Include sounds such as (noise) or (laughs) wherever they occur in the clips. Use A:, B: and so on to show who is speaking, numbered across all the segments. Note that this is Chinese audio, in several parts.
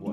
A: 我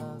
B: 嗯，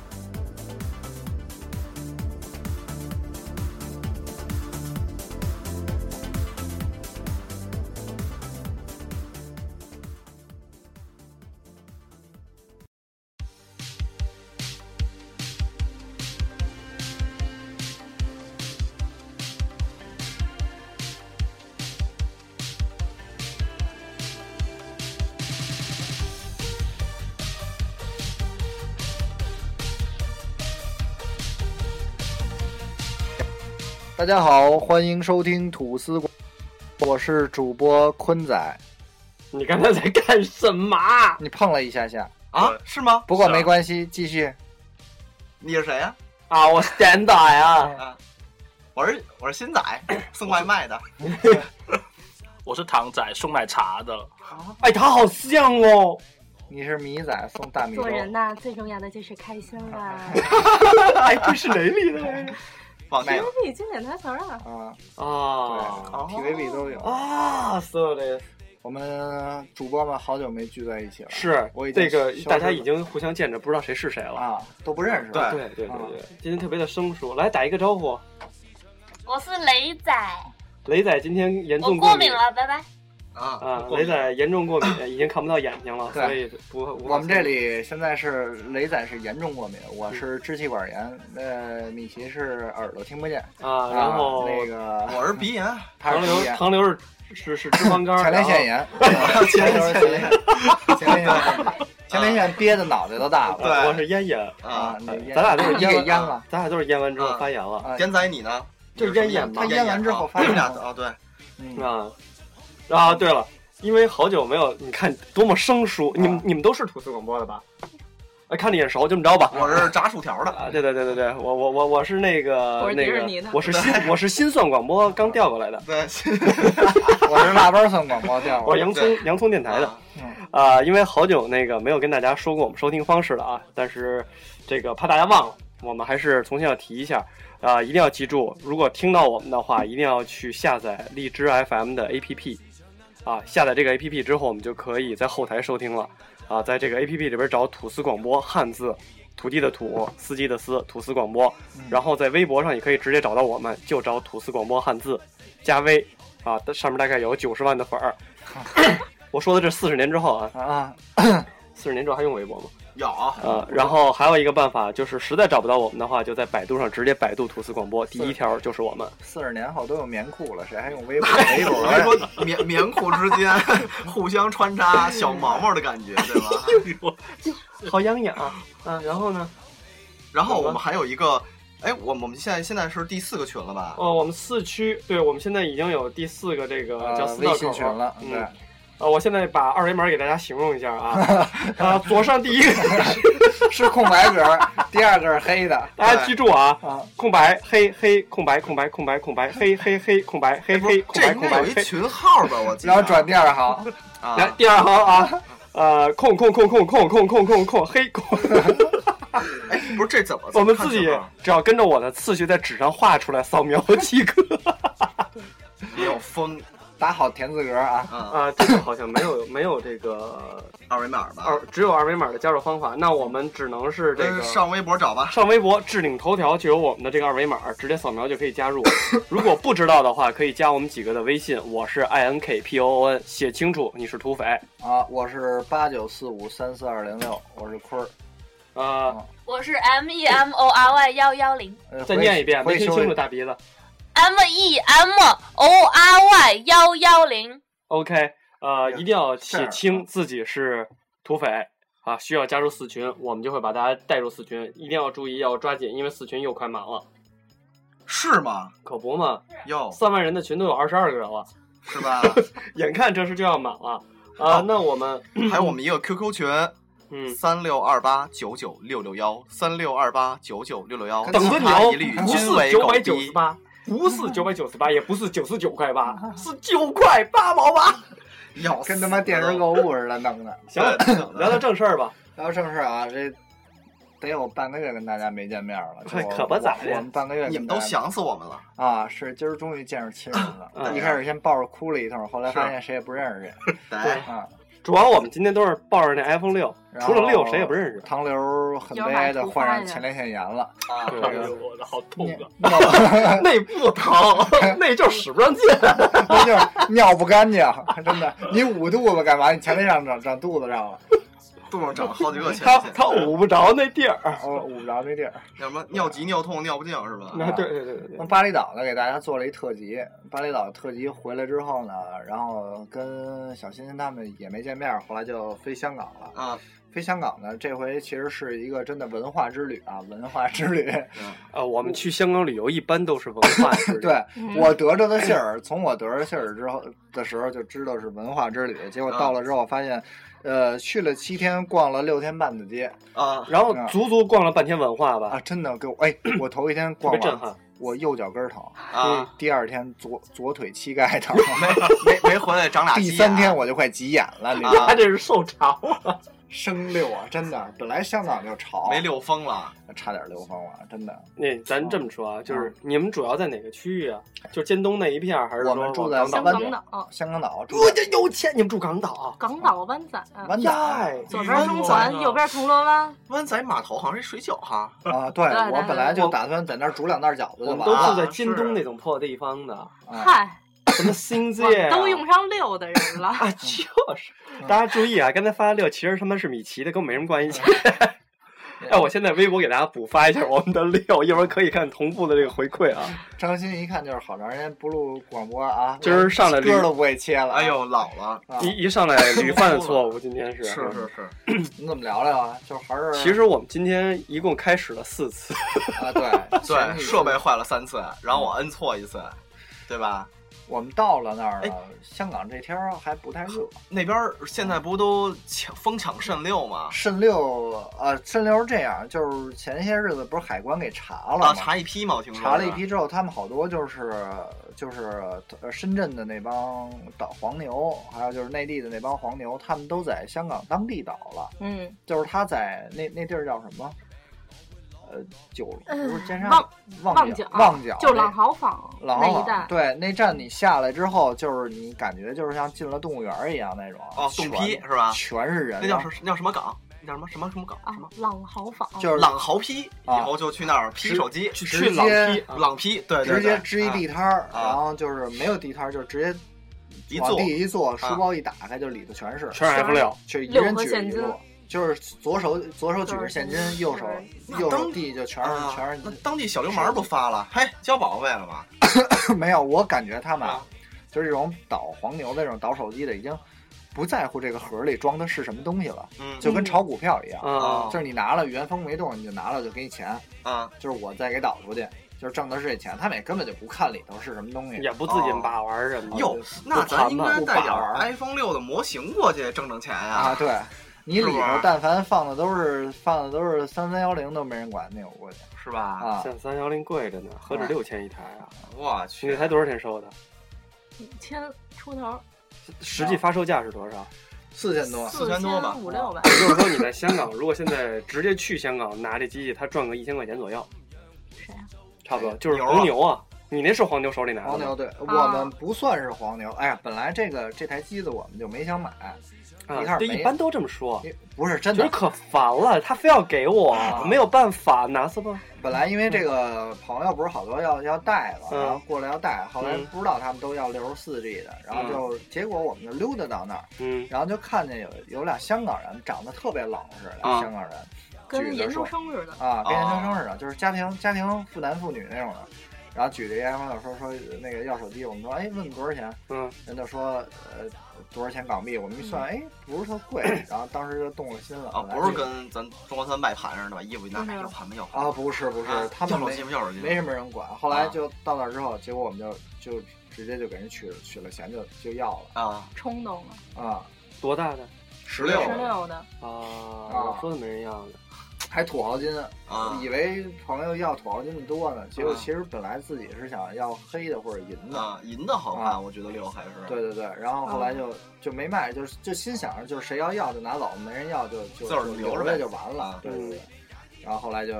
C: 大家好，欢迎收听吐司广，我是主播坤仔。
D: 你刚才在干什么？啊
C: 你碰了一下下，
A: 啊，是吗？
C: 不过
D: 是啊
C: 没关系，继续。
A: 你是谁呀、
D: 啊，我是点仔啊，
A: 我
C: 哎
A: 是我是新仔，送外卖的。
E: 我是唐仔送奶茶的，
D: 哎，他好像哦，
C: 你是米仔送大米粥
F: 做，人呐，最重要的就是开心啦。
D: 哎， (laughs) 这是哪里
B: (laughs)
D: 的？
A: 放
C: 没
A: 心
C: 有，
F: TVB 经典台词儿啊，
C: 啊，对
D: 啊
C: ，TVB 都
G: 哦
C: 有。
D: 啊，所有的
C: 我们主播们好久没聚在一起了，
D: 是
C: 我已经
D: 这个
C: 消失了
D: 大家已经互相见着，不知道谁是谁了。
C: 啊都不认识了。
A: 对
D: 对对对对，今天特别的生疏，来打一个招呼。
F: 我是雷仔，
D: 雷仔今天严重敏
F: 了，拜拜。
A: 啊，
D: 啊，雷仔严重过敏，已经看不到眼睛了，
C: 对
D: 所以不无法
C: 我们这里现在是雷仔是严重过敏，我是支气管炎，呃，米奇是耳朵听不见，
D: 啊，然后
C: 啊那个
A: (laughs) 我是鼻炎，啊
C: 他
D: 唐
C: 是鼻
D: 流
C: 炎，
D: 唐流是是是脂肪肝，
C: 前列腺炎，前列腺炎，前列腺，前列腺憋的脑袋都大了
D: 然后，我是咽炎，
C: 啊！你
D: 对
C: 咽
D: 咱俩都是
C: 你给
D: 咽
C: 淹了，
D: 咱俩都是咽完之后发炎了。
C: 啊
A: 点仔你呢？
D: 就是咽炎嘛
C: 他咽完之后发
A: 你
C: 现
A: 们俩啊，对，
C: 嗯
D: 啊啊，对了，因为好久没有，你看多么生疏，你们、
C: 啊
D: 你们都是吐司广播的吧？哎，看着眼熟，这么着吧。
A: 我是炸薯条的。
D: 啊，对对对对对，我我我我是那个
F: 我是迪
D: 那
F: 士尼
D: 个
F: 的，
D: 我是新我是新算广播刚调过来的，
A: 对，
C: 我是腊八蒜广播掉了
D: 我是，哦洋葱洋葱电台的
A: 啊
D: 啊，因为好久那个没有跟大家说过我们收听方式了啊，但是这个怕大家忘了，我们还是重新要提一下啊，一定要记住，如果听到我们的话，一定要去下载荔枝 FM 的 APP 啊，下载这个 APP 之后，我们就可以在后台收听了啊，在这个 APP 里边找吐司广播汉字。土地的土，司机的司，吐司广播。然后在微博上也可以直接找到我们，就找吐司广播汉字加微啊，上面大概有九十万的粉儿。我说的这四十年之后啊，
C: 啊，
D: 四十年之后还用微博吗？
A: (laughs) 有
D: 啊，然后还有一个办法，就是实在找不到我们的话，就在百度上直接百度吐司广播，第一条就是我们。
C: 四十年后都有棉裤了，谁还用微
D: (laughs)
C: 博？微博
A: 我
C: 呀
A: 还说棉棉裤之间 (laughs) 互相穿插小毛毛的感 (laughs) 觉，对吧？
D: 好痒痒啊！啊，然后呢？
A: 然后我们还有一个，哎，我们我们现在现在是第四个群了吧？
D: 哦，我们四区，对我们现在已经有第四个这个叫
C: 呃
D: 四道
C: 微
D: 口
C: 信群了，
D: 嗯
C: 对，
D: 啊，我现在把二维码给大家形容一下啊，
C: (laughs)
D: 啊，左上第一个，
C: 是空白格儿，第二个是黑的
D: 大家记住啊，
C: 啊，
D: 空白黑黑空白空白空白空白黑黑黑空白黑
A: 哎不是
D: 黑空
A: 这
D: 白
A: 应
D: 空
A: 该
D: 白
A: 有一
D: 黑。
A: 群号吧？我记得。
C: 然后转第二行，
A: 啊，
D: 来第二行啊，呃，空空空空空空空空空黑 (laughs) 空。
A: 哎，不是这怎么？
D: 我
A: 怎
D: 们自
A: 么看
D: 己
A: 信号
D: 只要跟着我的次序在纸上画出来，扫描 (laughs) 即可。
A: 没有封
C: 打好田字格儿啊，
A: 啊，
D: 啊，这个好像没有没有这个
A: 二维码吧？
D: 二，只有二维码的加入方法。那我们只能是这
A: 呃
D: 个
A: 上微博找吧。
D: 上微博置顶头条就有我们的这个二维码，直接扫描就可以加入。如果不知道的话，可以加我们几个的微信，我是 i n k p o o n，写清楚你是土匪。
C: 啊，我是八九四五三四二零六，我是坤儿，
D: 呃，
F: 我是 M E M O R Y 幺幺零
C: 呃
D: 再念一遍，
C: 回
D: 没
C: 回
D: 听
C: 收
D: 清楚大鼻子。
F: ，M E M O R Y 幺幺零。
D: OK，呃，
C: 呀
D: 一定要
C: 这
D: 写
C: 样
D: 清自己是土匪啊，需要加入四群，我们就会把大家带入四群，一定要注意，要抓紧，因为四群又快满了。
A: 是吗？
D: 可不嘛，
A: 哟，
D: 三万人的群都有二十二个人了，
A: 是
C: (laughs)
A: 吧？
D: 眼看这事就要满了啊、那我们
A: 还有我们一个 QQ 群，
D: 嗯，
A: 三六二八九九六六幺，三六二八九九六六幺，
D: 等着你
A: 他
D: 哦
A: 一律，
D: 不
A: 均
D: 是
A: 为
D: 九
A: 狗
D: 百九十
A: 逼。
D: 八，不是九百九十八，也不是九十九块八，是九块八毛八。
A: 要
C: 跟他妈电视
A: 视
C: 购物似的弄的。
D: 行了，聊聊正事儿吧。
C: 然后正事啊，这得有半个月跟大家没见面了，就
D: 哎可不咋的
C: 我我们半个月
A: 你
C: 跟
A: 们
C: 大
A: 都
C: 家
A: 想死我们了。
C: 啊，是今儿终于见着亲人了。
D: 嗯
C: 一开始先抱着哭了一通，后来
A: 是
C: 发现谁也不认识谁
A: 对，
C: 啊。
D: 主要我们今天都是抱着那 iPhone 六，
C: 然
D: 除
C: 后
D: 了六谁也不认识。
C: 唐流很悲哀的患上前列腺炎了，
E: 哎呦，我的好痛啊！
C: (laughs)
D: 那不疼，那就使不上劲。
C: 那就是尿不干净， (laughs) 真的。你捂肚子干嘛？你前列腺长长肚子上了，
A: 肚上长好几个前
D: (laughs) 他
A: 列腺
D: 他捂不着那地
C: (laughs)
D: 儿。
C: 我捂不着那地儿。
A: 叫什么尿急、尿痛、尿不尽是吧？
D: 啊，对对对对
C: 从巴厘岛呢，给大家做了一特辑。巴厘岛特辑回来之后呢，然后跟小欣欣他们也没见面，后来就飞香港了。
A: 啊，
C: 飞香港呢，这回其实是一个真的文化之旅啊，文化之
D: (laughs)
C: 旅。
D: 啊，我们去香港旅游一般都是文化之旅
C: 对
A: 嗯
C: 我得着的信儿，从我得着信儿之后的时候就知道是文化之旅，结果到了之
D: 啊
C: 后发现，呃，去了七天，逛了六天半的街
A: 啊，
D: 然后足足逛了半天文化
C: 啊，
D: 吧，
C: 真的给我哎，我头一天
D: 特
C: 逛
D: 别震
C: 完，
D: 撼。
C: 我右脚跟儿疼，
A: 啊，
C: 第二天左左腿膝盖疼，
A: 没没没回来长俩鸡啊
C: (laughs) 第
A: 眼。
D: 啊
C: 三天我就快急眼了，你知道
A: 啊
C: 吗
D: 他？ (laughs) 这是受潮了，
C: 生溜啊，真的，本来香港就潮，
A: 没溜风了，
C: 差点溜风了，真的。
D: 那咱这么说啊，就是你们主要在哪个区域啊？就尖东那一片儿，还是
C: 我
D: 说
C: 们住
D: 往
C: 在香湾
D: 港岛
H: 香港
C: 区
H: 岛、哦
C: 香港岛住
D: 我这有钱，你们住港岛，
H: 港岛湾仔，
C: 湾仔
D: 呀，
H: 左边中环，右边铜锣湾，
A: 湾仔码头好像是水饺哈。
C: (laughs) 啊，对
H: 对
C: 我
H: 对
C: 本来
H: 对
C: 就打算在那儿煮两袋饺子
D: 我
C: 就
D: 们
C: 完
D: 都
C: 了
D: 住在
A: 啊
D: 尖东那种破地方的，
C: 啊。
H: 嗨，
D: 什么新
H: 我
D: 界啊
H: 都用上六的人
A: 嗯
H: 了。
D: 啊，就是大家注意啊，刚才发的六其实他妈是米奇的，跟我没什么关系。
A: 嗯
D: (laughs) 哎，我现在微博给大家补发一下我们的六，一会儿可以看同步的这个回馈啊。
C: 张欣一看就是好长时间不录广播啊，
D: 今儿上来
C: 歌
D: 捋
C: 都不会切了。
A: 哎，呦，老了，
C: 啊、
D: 一一
A: (laughs)
D: 上来屡犯的错误，今天是。嗯
A: 是是是，
C: 你怎么聊聊啊？就还是
D: 其实我们今天一共开始了
A: (laughs)
D: 四次，
C: 啊，对
A: 对，设备，坏了三次，然后我摁错一次，对吧？
C: 我们到了那
A: 哎
C: 儿了。香港这天儿还不太热，
A: 那边儿现在不都抢疯抢肾六吗？
C: 肾六啊，肾六是这样，就是前些日子不是海关给查了吗？
A: 啊，查一批嘛，我听说
C: 查了一批之后，他们好多就是就是呃深圳的那帮岛黄牛，还有就是内地的那帮黄牛，他们都在香港当地岛了。
H: 嗯，
C: 就是他在那那地儿叫什么？呃，九
H: 嗯
C: 不是尖
H: 旺
C: 沙 (laughs)
H: 旺
C: 角
H: 角，
C: 旺角
H: 嗯就
C: 那
H: 朗豪坊
C: 朗
H: 那
C: 豪坊
H: 一带，
C: 对那站你下来之后，就是你感觉就是像进了动物园一样那种
A: 哦，
C: 全
A: 冻批是吧？
C: 全是人，
A: 那叫什那叫什么港？那叫什么什么什么港？
H: 啊
A: 什么？，
H: 朗豪坊
C: 就是
A: 朗豪批，以
C: 啊
A: 后就去那儿批手机，去
C: 直接
A: 朗批，对对对，
C: 直接支一地摊儿，
A: 啊
C: 然后就是没有地摊儿，就直接
A: 一
C: 往
A: 坐
C: 地一坐，
A: 啊
C: 书包一打开就里头全是，
D: 全是 F 六，
C: 就一
H: 六
C: 人
H: 合
C: 举
H: 现
C: 一
H: 金
C: 摞，就是左手左手举着现金，右手
A: 那
C: 右手
A: 当
C: 递就全是
A: 啊。
C: 全
A: 那
C: 是
A: 当地小流氓不发了，嘿，交保护费了吗？
C: (coughs) 没有，我感觉他们啊
A: 啊，
C: 就是这种倒黄牛的这种倒手机的，已经不在乎这个盒里装的是什么东西了，
A: 嗯，哦
C: 就跟炒股票一样，
D: 啊
C: 就是你拿了原封没动，你就拿了就给你钱，
A: 啊，
C: 就是我再给倒出去，就是挣的是这钱，他们也根本就不看里头是什么东西
D: 啊也。不自己把玩什么的。
A: 哦哟，那咱应该带点儿
C: 不盘吧
A: iPhone 六的模型过去挣挣钱
C: 啊，
A: 呀。
C: 对。
A: (laughs)
C: 你里
A: 是不
C: 头
A: 是
C: 但凡放的都是放的都是三三幺零都没人管那我估计
A: 是吧？
C: 啊，
D: 现在三幺零贵着呢，何
A: 嗯
D: 止
C: 啊
D: 六千一台啊？
A: 我
D: 你那
A: 去，
D: 台多少钱收的？
H: 一千出头，
D: 实
A: 嗯
D: 际发售价是多少？
C: 四千多，
H: 四
A: 4000多吧
H: 五六吧，
D: 就是说你在香港，如果现在直接去香港拿这机器，他赚个一千块钱左右，
H: 谁呀？
D: 差不多就是
A: 牛
D: 黄
A: 啊
D: 牛啊。你那是黄牛手里拿的吗
C: 黄牛对，我们不算是黄牛。哎呀，本来这个这台机子我们就没想买，一
D: 啊，
C: 看
D: 对，
C: 没
D: 一般都这么说，
C: 因不是真
D: 觉
C: 的
D: 得，可烦了，他非要给我
C: 啊，
D: 没有办法，拿死吧。
C: 本来因为这个朋友不是好多要要带嘛，
D: 嗯
C: 然后过来要带，后来
D: 嗯
C: 不知道他们都要六十四 G 的，然后
A: 嗯
C: 就结果我们就溜达到那儿，
D: 嗯，
C: 然后就看见有有俩香港人长得特别老实，俩
A: 啊
C: 香港人
H: 跟
C: 举着
H: 研究
C: 说
H: 生似的。
C: 啊，跟研究
A: 哦
C: 生似的，就是家庭家庭妇男妇女那种的。然后举着一个 iPhone 六说说那个要手机，我们说哎问多少钱，
D: 嗯，
C: 人就说呃多少钱港币，我们一算哎不是特贵，然后当时就动了心了
A: 啊，嗯不是跟咱中国三卖盘似的吧？衣服一拿，要盘没要盘
C: 啊不是不是，他们
A: 要手
C: 没
A: 机不要手机，
C: 没什么人管，后来
A: 啊
C: 就到那儿之后，结果我们就就直接就给人取取了钱就就要了
A: 啊，
H: 冲动了，
C: 啊，
D: 多大的
A: 十
C: 没有
H: 十六的，
D: 啊？我说的没人要的，
C: 还土豪金，
A: 啊，
C: 以为朋友要土豪金的多呢，结果
A: 啊
C: 其实本来自己是想要黑的或者银的。
A: 啊，银的好
C: 啊
A: 看，我觉得六还是
C: 对对对，然后后来就就没卖，就是就心想着就是谁要要就拿走，没人要就
A: 自
C: 就
A: 个儿
C: 就
A: 留
C: 留
A: 着呗
C: 就完了
A: 啊。
C: 对对对，然后后来就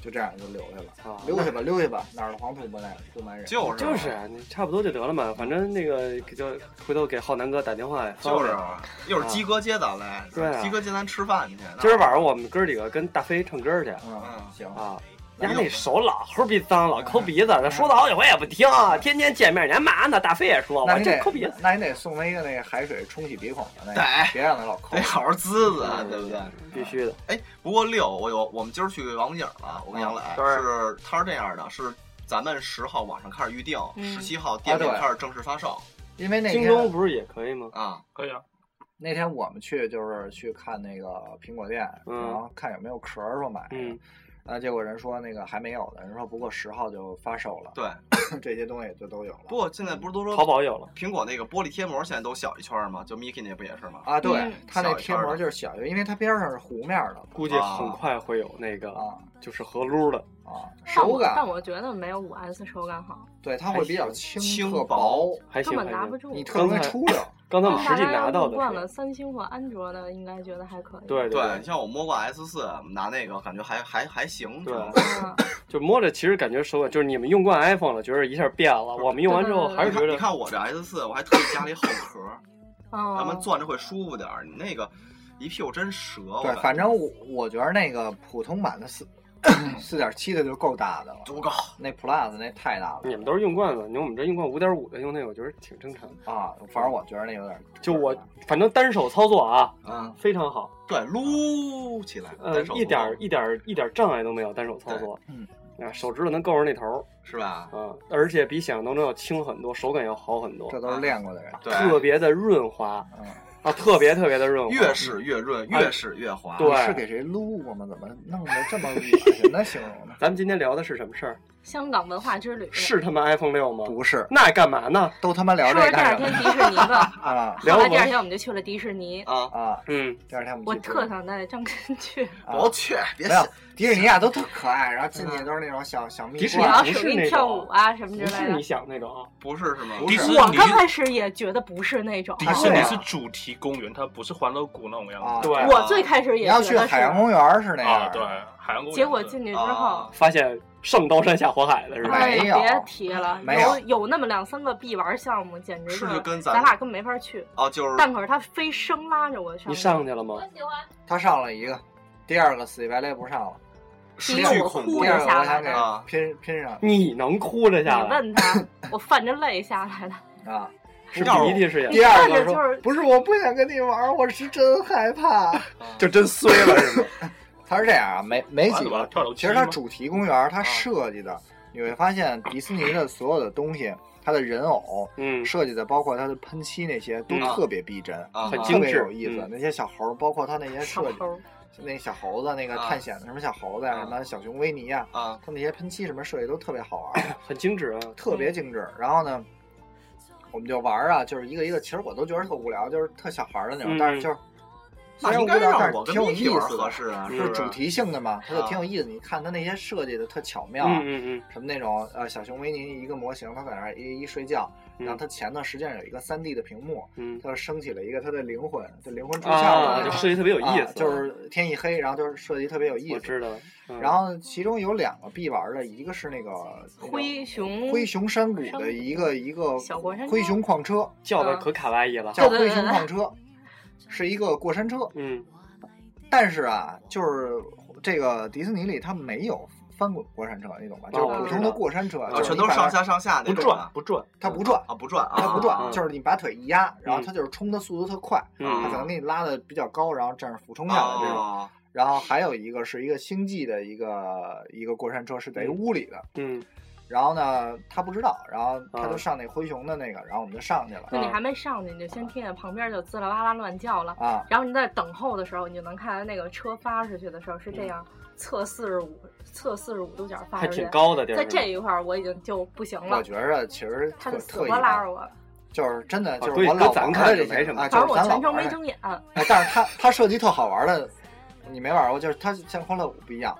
C: 就这样就留下了，
D: 啊，
C: 留下吧留下吧，哪儿的黄土不埋不埋人。
A: 就是
D: 就是啊，你差不多就得了嘛，反正那个就回头给浩南哥打电话呀。
A: 就是，啊一会儿鸡哥接咱来，
D: 对啊
A: 鸡哥接咱吃饭去。
D: 今儿晚上我们哥几个跟大飞唱歌去
C: 嗯，行，
D: 啊。人家那手老齁逼脏，老抠鼻子，那说了好几回也不听，天天见面，你还嘛呢？大飞也说，
C: 那
D: 我
C: 你
D: 就
C: 得
D: 哦抠鼻子。
C: 那你得送他一个那个海水冲洗鼻孔的那个
A: 对，
C: 别让他老抠
A: 得。好好滋滋，对不对？
D: 必须的，
A: 哎，不过六，我有我们今儿去王府井了，我跟杨磊
D: 当然
A: 是他是这样的，是咱们十号晚上开始预定，
H: 嗯
A: 十七号店
C: 啊
A: 面
C: 对
A: 开始正式发售
C: 因为那
D: 京东
C: 天
D: 不是也可以吗？
A: 啊。
E: 可以啊，
C: 那天我们去就是去看那个苹果店，
D: 嗯
C: 然后看有没有壳儿说买。
D: 嗯，
C: 啊，结果人说那个还没有呢，人说不过十号就发售了，
A: 对，
C: (coughs) 这些东西就都有了。
A: 不过现在不是都
D: 淘
A: 说
D: 宝有了，
A: 苹果那个玻璃贴膜现在都小一圈儿吗？就 Mickey 那不也是吗？
C: 啊，对
H: 嗯，
C: 它那
A: 小一
C: 贴
A: 圈儿
C: 膜
A: 的
C: 就是小，因为它边上是弧面的
D: 估计很快会有那个
C: 啊
D: 就是合撸的，
C: 啊，
H: 但
C: 手
H: 我但
C: 感
H: 我觉得没有五 S 手感好，
C: 对它会比较轻
A: 轻
C: 特
A: 薄
C: 薄，
D: 还
H: 根
D: 行还
H: 本拿不
D: 行。
H: 住。
E: 嗯
C: 你特容易
D: 刚才
C: 出溜。
D: 刚才我们实
H: 大
D: 际
H: 家
D: 拿
H: 要
D: 到
H: 用
D: 的
H: 惯
D: 是
H: 了三星或安卓的，应该觉得还可以。
D: 对
A: 对，像我摸过 S 四，拿那个感觉还还还行，
D: 对
A: 是
D: (laughs)
A: 吧
H: 嗯，
D: 就摸着其实感觉手感，就是你们用惯 iPhone 了，觉得一下变了，我们用完之后
H: 对对对
D: 还
A: 你
D: 是觉
A: 看，你
D: 得
A: 看我这 S 四，我还特意加了一后壳，
H: 嗯，
A: 咱们攥着会舒服点儿。你那个一屁股真折，我
C: 对
A: 感，觉
C: 反正我我觉得那个普通版的四四点七的就够大的了，
A: 足够。
D: 嗯
C: 那 Plus 那太大了
D: 你们都是用惯了，你看我们这用惯五点五的用那个，我觉得挺正常的。
C: 啊，反正我觉得那有点。
D: 就我反正单手操作啊，
A: 嗯，
D: 非常好，
A: 对，撸起来，
D: 呃
A: 单，手
D: 一点儿
A: 撸
D: 一点儿一点儿障碍都没有，单手操作，
C: 对嗯，
D: 啊，手指头能够着那头儿
A: 是吧？
D: 啊，而且比想象当中要轻很多，手感要好很多
C: 这，都是
E: 啊
C: 练过的人，
A: 对，
D: 特别的润滑
C: 嗯，
D: 啊，特别特别的润滑，
A: 越使越润，越使越滑。
D: 对
C: 你是给谁撸过吗？怎么弄得这么恶心
D: (laughs)
C: 呢？形容的
D: 咱们今天聊的是什么事儿？
H: 香港文化之旅
D: 是他妈 iPhone 六吗？
C: 不是，
D: 那干嘛呢？
C: 都他妈聊
H: 说
C: 这
H: 是第二
C: 干什么
H: 天迪士尼
F: (laughs)
H: 吧，
C: 啊
H: 后
D: 聊
H: 来第二
D: 文
H: 天我们就去了迪士尼，
A: 啊，
C: 啊？
D: 嗯，
C: 第二天我们
H: 我
C: 去
H: 特想带张根去，
C: 啊
A: 我去，别
C: 没有
A: 信，
C: 迪士尼啊都特可爱，然后进
E: 嗯
C: 去都是那种小小蜜
D: 迪士尼
H: 然
C: 罐
H: 后
C: 儿，
D: 不
H: 手
D: 是那
H: 给
D: 种
H: 你跳舞啊什么之
D: 不
H: 类
D: 是你
H: 的。
D: 想那种，
A: 不是啊是吗？
E: 迪士
H: 我
E: 尼
H: 刚开始也觉得不是那种，
E: 迪
H: (laughs)
C: 啊
E: 士尼
C: 对啊
E: 是主题公园，它不是欢乐谷那种样
C: 啊
E: 子。
D: 对
H: 我最开始
C: 你
H: 也
C: 要
H: 觉
C: 去
H: 得
C: 海洋
H: 是，
C: 公园是那
E: 啊，
C: 样，
E: 对，，海洋公园。
H: 结果进去之后
A: 啊，，
D: 发现上刀山下火海的是吧？
H: 哎，
C: 没有
H: 别提了，
C: 没有
H: 有那么两三个必玩项目，简直
A: 是不是跟咱
H: 咱俩根本没法去。
A: 哦，就是
H: 但可是他非生拉着我上，
D: 你上去了吗？
F: 喜欢。
C: 他上了一个，第二个死乞白赖不上了，
A: 是
H: 第一
A: 巨
H: 个我
A: 恐
H: 哭
A: 怖
C: 第
H: 着
A: 啊
C: 二个
H: 下
C: 我
H: 来
C: 想
H: 的
C: 给
A: 啊
C: 拼拼上
D: 你能哭着
H: 你
D: 下来？
H: 问他，我泛着泪下来的。
C: 啊。
D: 是
A: 要
D: 鼻涕是眼
C: 第二个
H: 看着就是哦
C: 说不是我不想跟你玩，我是真害怕。
D: 就真碎了是吗？
C: (laughs) 他是这样啊，没没
E: 完
C: 几
E: 了吧
C: 个，
E: 跳楼机
C: 其实它
E: 吗
C: 主题公园
D: 啊
C: 它设计的，你会发现迪士尼的所有的东西，它的人偶
D: 嗯，
C: 设计的，包括它的喷漆那些，都
D: 嗯
C: 特别逼真，
A: 啊，
D: 很
A: 啊
D: 精
C: 特别
D: 致
C: 有意思。
D: 嗯
C: 那些小猴，包括它那些
H: 小
C: 设计，
H: 偷，
C: 那小猴子那个
A: 啊
C: 探险的什么小猴子
A: 啊
C: 呀，什么小熊维尼呀，
A: 啊，
C: 它那些喷漆什么设计都特别好玩，
D: 很精致啊。
C: 特别精致。然后呢，我们就玩啊，就是一个一个，其实我都觉得特无聊，就是特小孩儿的那种，
D: 嗯
C: 但是就是虽
A: 那
C: 然
A: 应
C: 无
A: 该
C: 聊，
A: 让
C: 但
A: 我
C: 是
A: 跟
C: 挺有意
A: Mickey 玩
C: 思
A: 合
C: 的。
A: 适啊，
C: 是
A: 不
C: 主题性的嘛，它就
A: 啊
C: 挺有意思。你看它那些设计的特巧妙，啊
D: 嗯嗯
C: 什么那种呃小熊维尼一个模型，它在那儿一一睡觉，
D: 嗯
C: 然后它前头实际上有一个三 D 的屏幕，
D: 嗯
C: 它升起了一个它的灵魂，就灵魂
D: 嗯
C: 出窍
D: 啊，
C: 的那
D: 就
C: 种，
D: 设计特别有意
C: 啊
D: 思，
C: 就是天一黑，然后就是设计特别有意
D: 我
C: 思。
D: 知道了。嗯
C: 然后其中有两个必玩的，一个是那个
H: 灰熊，
C: 灰熊山谷的一个一个
H: 小过山车
C: 灰熊矿车，
D: 叫的可卡哇伊了。
C: 叫
H: 对
C: 灰
H: 对对
C: 熊
H: 对
C: 矿
H: (laughs)
C: 车，是一个过山车。
D: 嗯，
C: 但是啊，就是这个迪士尼里它没有翻滚过山车，你懂吧？就
D: 哦
C: 是普通的过山车，
A: 啊，
C: 就是
A: 全
C: 你
A: 都是
C: 把
A: 上
C: 它
A: 下上下
D: 不
A: 那种
D: 转
A: 啊
D: 不转，
C: 它不转，
A: 啊，不转啊，
C: 它不转，
D: 嗯啊
C: 就是你把腿一压，然后它就是冲的速度特快，
D: 嗯
C: 它可能给你拉的比较高，然后这样俯冲下来这种。
A: 啊，
C: 然后还有一个是一个星际的一个一个过山车，是在一屋里的。
D: 嗯，
F: 然后呢，他不知道，然后他就
D: 啊
F: 上那灰熊的那个，然后我们就上去了
H: 就你
D: 啊
H: 还没上去，你就先听见旁边就滋啦哇啦乱叫了。
F: 啊。
H: 然后你在等候的时候，你就能看到那个车发出去的时候是这样，侧四十五，侧四十五度角发
D: 嗯还
H: 出去
D: 挺。高的地儿
H: 在
D: 是吧，
H: 这一块儿我已经就不行
F: 我
H: 了，
F: 觉着其实
H: 他就
F: 特
H: 哦死
F: 特
H: 活
F: 一
H: 拉
F: 般，
H: 着我，
F: 就是真的就
D: 啊
F: 是
D: 对
F: 我老
D: 对咱
F: 玩
D: 看
F: 的
D: 着
F: 这
D: 没
F: 些
D: 什么
F: 啊，就
H: 反
F: 是
H: 正我
F: 咱老
H: 全程
F: 玩
H: 没
F: 的
H: 睁眼。
F: 哎，
H: (laughs)
F: 但是它它设计特好玩的，你没玩过，就是它像欢乐谷不一样，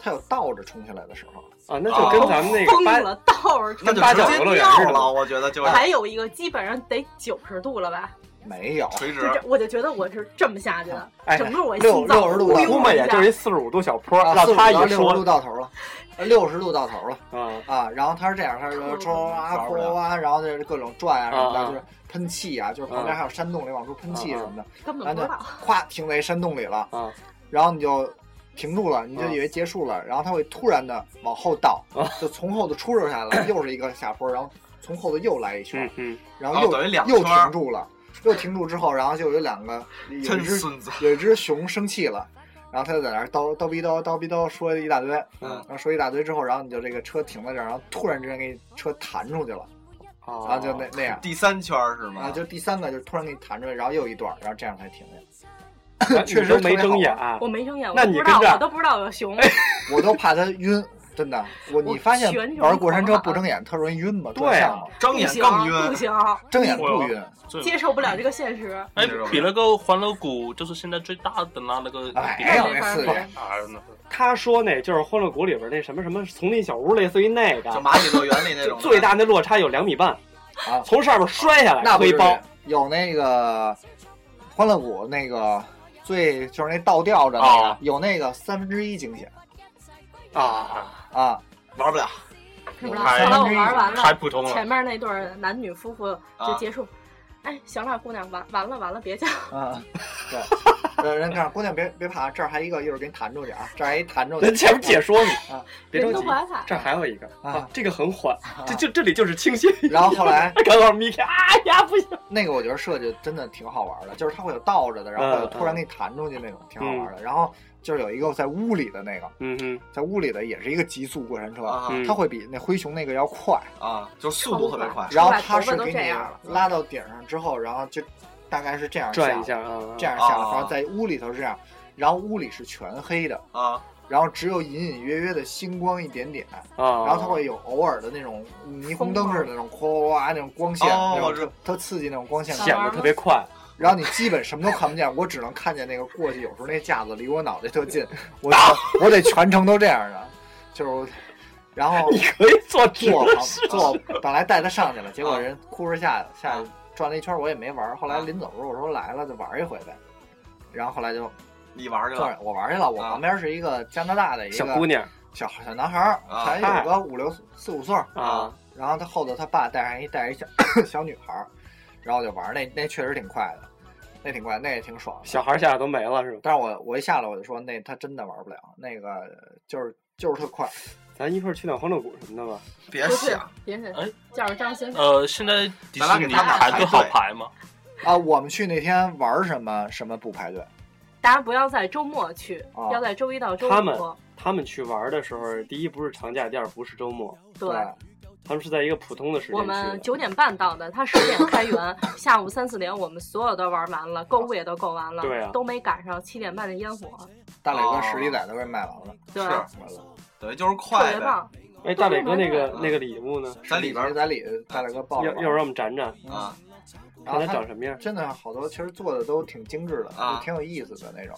F: 它有倒着冲下来的时候。
D: 啊，那就
H: 哦
D: 跟咱们那个
H: 疯
D: 八
H: 了，倒着
A: 那
D: 跟
H: 冲
A: 就
D: 八角
A: 直
D: 游乐
A: 接
D: 园似
A: 掉
D: 的嘛
A: 了，我觉得就是
H: 还有一个基本上得九十度了吧，
F: 没有，
A: 垂直
H: 就这，我就觉得我是这么下去的，
D: 哎
H: 整个我
F: 六
H: 心脏
F: 60度
H: 忽悠
F: 吧
D: 啊估摸
H: 一
D: 也
H: 下
D: 就是一四十五度小坡，让
F: 啊四十
D: 他
F: 到
D: 也
F: 六十度
D: 说
F: 到头了，六十度到头了
D: 啊，
F: 啊！然后它是这样，它是
H: 嗯
F: 唰啊
A: 玩不
F: 唰
A: 了
F: 啊，然后就是各种转啊什么
D: 啊
F: 的，
D: 啊
F: 就是喷气啊，就是旁边还有山洞里往出喷气什么的，
H: 根本
F: 然
H: 不
F: 后
H: 知
F: 就
H: 道。
F: 咵停在山洞里了
D: 啊，
F: 然后你就。停住了，你就以为结束了，然后它会突然的往后倒，
D: 啊
F: 就从后头出溜下来，又是一个下坡，然后从后头又来一圈
D: 嗯，嗯，
F: 然后又、
A: 哦等于两
F: 又
A: 圈儿
F: 停住了，又停住之后，然后就有两个有一
A: 真
F: 只
A: 孙子，
F: 有一只熊生气了，然后它就在那儿叨叨逼叨叨逼叨说一大堆，
D: 嗯
F: 然后说一大堆之后，然后你就这个车停在这儿，然后突然之间给你车弹出去了，然
D: 啊
F: 后就那那样。
A: 第三圈儿是
F: 啊，
A: 吗？
F: 就第三个就是突然给你弹出来，然后又一段，然后这样才停下。
D: 那
F: 确实
D: (laughs) 你都没
F: 特别好
D: 睁
F: 玩
D: 眼，啊
H: 我没睁眼，我
D: 那
H: 都
D: 你
H: 不知
D: 跟
H: 道，
D: 这儿哎
H: 我都不知道有熊。
F: 我都怕它晕，真的。我
H: 我
F: 你发现
H: 全程
F: 玩过山车
H: 狂
F: 不
H: 喊
F: 睁眼特容易晕吗？
D: 对啊
F: 转向了
A: 睁眼更
H: 不
A: 晕，
D: (laughs)
H: 行，
F: 睁眼
E: 我有
F: 不晕。
E: 这
D: 嗯
H: 接受不了这个现实。
E: 哎，比那个欢乐谷就是现在最大的那那个
F: 哎，
E: 比
F: 没
E: 那
F: 有
E: 个
F: 那
H: 那
F: 刺
H: 边
F: 激
H: 儿。
E: 大呢，
D: 他说那就是《欢乐谷》里边那什么什么丛林小屋，类似于那
A: 就
D: 个，
A: 蚂蚁乐园里那
D: 就
A: 种的
D: 最大那落差有两米半
F: 啊，
D: 从上面摔下来
F: 那不
D: 磕一
F: 是
D: 包
F: 有那个欢乐谷那个最就是那倒吊着那个，
D: 哦
F: 有那个三分之一惊险
D: (laughs)
H: 哎
D: 啊，
F: 啊，
A: 玩不了，
H: 是不是？
E: 太
H: 后来我玩完
E: 太
H: 了，
E: 普通
H: 前
E: 了。
H: 面那对儿男女夫妇就结束。哎，小俩姑娘，完完了完了，别叫，
F: 啊，对，呃，人看姑娘别别怕，这儿还一个，一会儿给你弹出去啊，这儿还一弹出去，
D: 人前面解说你
F: 啊，
D: 别着
H: 人
D: 急
H: 都，不害怕。
D: 这儿还有一个
F: 啊
D: 啊，这个很缓，这就这里就是清晰。
F: 然后后来
D: (laughs) 刚刚米开，哎呀不行，
F: 那个我觉得设计真的挺好玩的，就是它会有倒着的，然后
D: 嗯
F: 会有突然给你弹出去那种，挺好玩的。然后就是有一个在屋里的那个，
D: 嗯嗯
F: 在屋里的也是一个极速过山车，
A: 啊
D: 嗯
F: 它会比那灰熊那个要快。
A: 啊，就是速度特别快，
F: 然后它是
H: 头发
F: 给
H: 都这样了
F: 你拉到顶上之后，然后就大概是这样
D: 转一
F: 下
D: 下
F: 来，
D: 啊，
F: 这样下来，
A: 哦
F: 然后在屋里头是这样，然后屋里是全黑的，
A: 啊，
F: 然后只有隐隐约约的星光一点点，
D: 啊，
F: 然后它会有偶尔的那种霓虹灯似的那种哗哗那种光线，
A: 哦
F: 那
A: 我
F: 种
A: 知
F: 特特刺激那种光线
D: 哦显得特别快，
F: 然后你基本什么都看不见，我只能看见那个过去，有时候那架子离我脑袋特近，我
D: 啊
F: 我得 (laughs) 全程都这样的，就是，然后
D: (laughs) 你可以做
A: (laughs)
D: 直
F: 坐
D: 的
F: 旁坐，本来带他上去了，
A: 啊
F: 结果人哭着下下去转了一圈，我也没玩儿。后来临走的时候我说来了就玩一回呗，然后后来就
A: 你玩去
F: 转
A: 了
F: 着我玩去了。我
A: 啊
F: 旁边是一个加拿大的一个
D: 小姑娘
F: 小小男孩儿，
A: 啊
F: 才有个五六四五岁儿。
D: 啊，
F: 然后他后头他爸带上一带一小小 (clears throat) 女孩儿，然后就玩儿那那确实挺快的，那挺快，那也挺爽的。
D: 小孩吓得都没了是吧？
F: 但是我我一下来我就说那他真的玩不了，那个就是就是特快。
D: 咱一块儿去趟欢乐谷什么的吧。
A: 别
H: 不是
A: 想，，
H: 别是
E: 哎，
H: 叫着张鑫。
E: 呃，现在迪士尼排队好排吗？
F: 啊，我们去那天玩儿什么什么不排队
H: 大家不要在周末去
F: 啊，
H: 要在周一到周
D: 他们
H: 五。
D: 他们去玩的时候，第一不是长假，第二不是周末，
H: 对，
D: 他们是在一个普通的时间
H: 我
D: 去的。
H: 们九点半到的，他十点开园，下午三四点我们所有都玩完了，购物也都购完了，
D: 对啊
H: 都没赶上七点半的烟火，
F: 大磊
A: 哦
F: 跟实力仔都给卖完了，
H: 对，
A: 是
F: 完了。
A: 等于哦就是
H: 特
A: 快
H: 别
A: 呗
H: 棒。
D: 哎，大磊哥那
H: 都
D: 个
A: 买
D: 那个礼物呢？
A: 在里边儿
F: 在里大磊哥抱着
D: 要
F: 玩
D: 要哦不然我们展展，
A: 啊，
F: 然
D: 看
F: 后
D: 他长
F: 他
D: 什么样。
F: 真的好多其实做的都挺精致的，
C: 嗯
A: 啊
F: 就挺有意思的那种。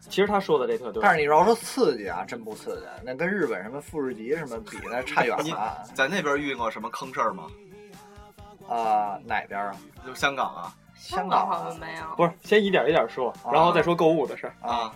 D: 其实他说的这特对
F: 但，是你要说刺激啊，真不刺激，那跟日本什么富士急什么比，那差远了啊
A: 在那边遇过什么坑事儿吗？
F: 啊！哪边啊？
A: 就香港啊
F: 香
H: 港
F: 港
H: 好像
F: 啊。
H: 没有，
D: 不是先一点一点说，然后再说购物的事儿。
F: 啊，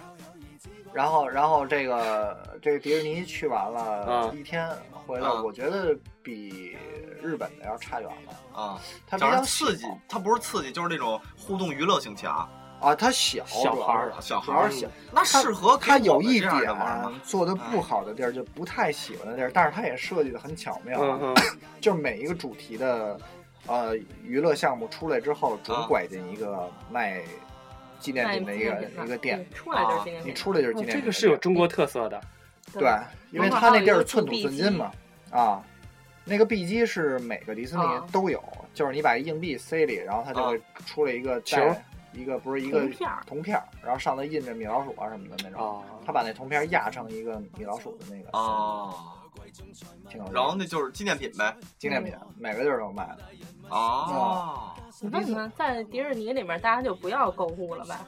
F: 然后然后这个这个迪士尼去完了
D: 啊
A: 嗯
F: 一天回来，
A: 啊
F: 我觉得比日本的要差远了。
A: 啊，
F: 它比
A: 找
F: 较
A: 人刺激
F: 小，
A: 它不是刺激，就是那种互动娱乐性强，
F: 啊，它小，
D: 小
F: 主要
D: 孩儿
F: 是
A: 啊小
F: 主
A: 孩
F: 要
A: 儿
F: 是小。
A: 那适合给
F: 它有
A: 我们
F: 一
A: 这
F: 点啊
A: 样的玩吗？嗯
F: 做的不好的地儿，就不太喜欢的地儿，但是它也设计的很巧妙，
D: 嗯 (laughs) 嗯，
F: 就是每一个主题的呃娱乐项目出来之后，准
A: 啊
F: 拐进一个卖纪念
H: 卖
F: 品的一个
H: 纪念品
F: 一个
H: 的
F: 店啊
H: 嗯，出来就是纪念
F: 你
H: 品，
F: 出来就是
D: 哦
F: 纪念品的店。
D: 这个是有中国特色的。
F: 对，因为它那地儿寸土寸金嘛，啊，
C: 那个币机是每个迪士尼
H: 哦
C: 都有，就是你把硬币塞里，然后它就会
A: 嗯
C: 出了一个
D: 球
C: 带一个不是一个
H: 铜片儿
C: 铜片儿，然后上头印着米老鼠啊什么的那种。
D: 啊，
C: 他把那铜片儿压成一个米老鼠的那个，
A: 哦，
C: 挺有意思的
A: 然后那就是纪念品呗。
C: 纪念品，每个地儿都有卖的。
A: 哦，
H: 嗯你为什么在迪士尼里面大家就不要购物了吧？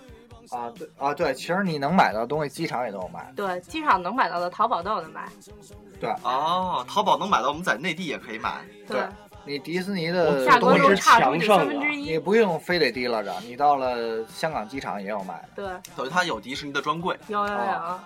C: 啊，对啊，对，其实你能买到的东西，机场也都有卖。
H: 对，机场能买到的，淘宝都有的买。
A: 哦，淘宝能买到，我们在内地也可以买。
C: 对你迪士尼的
H: 价格
C: 呃东
H: 就
C: 西，
H: 差出去
D: 强盛啊
H: 三分之
C: 你
H: 一。
C: 不用非得提拉着，你到了香港机场也有卖的。
H: 对，
A: 等于它有迪士尼的专柜。
H: 有有有
C: 哦，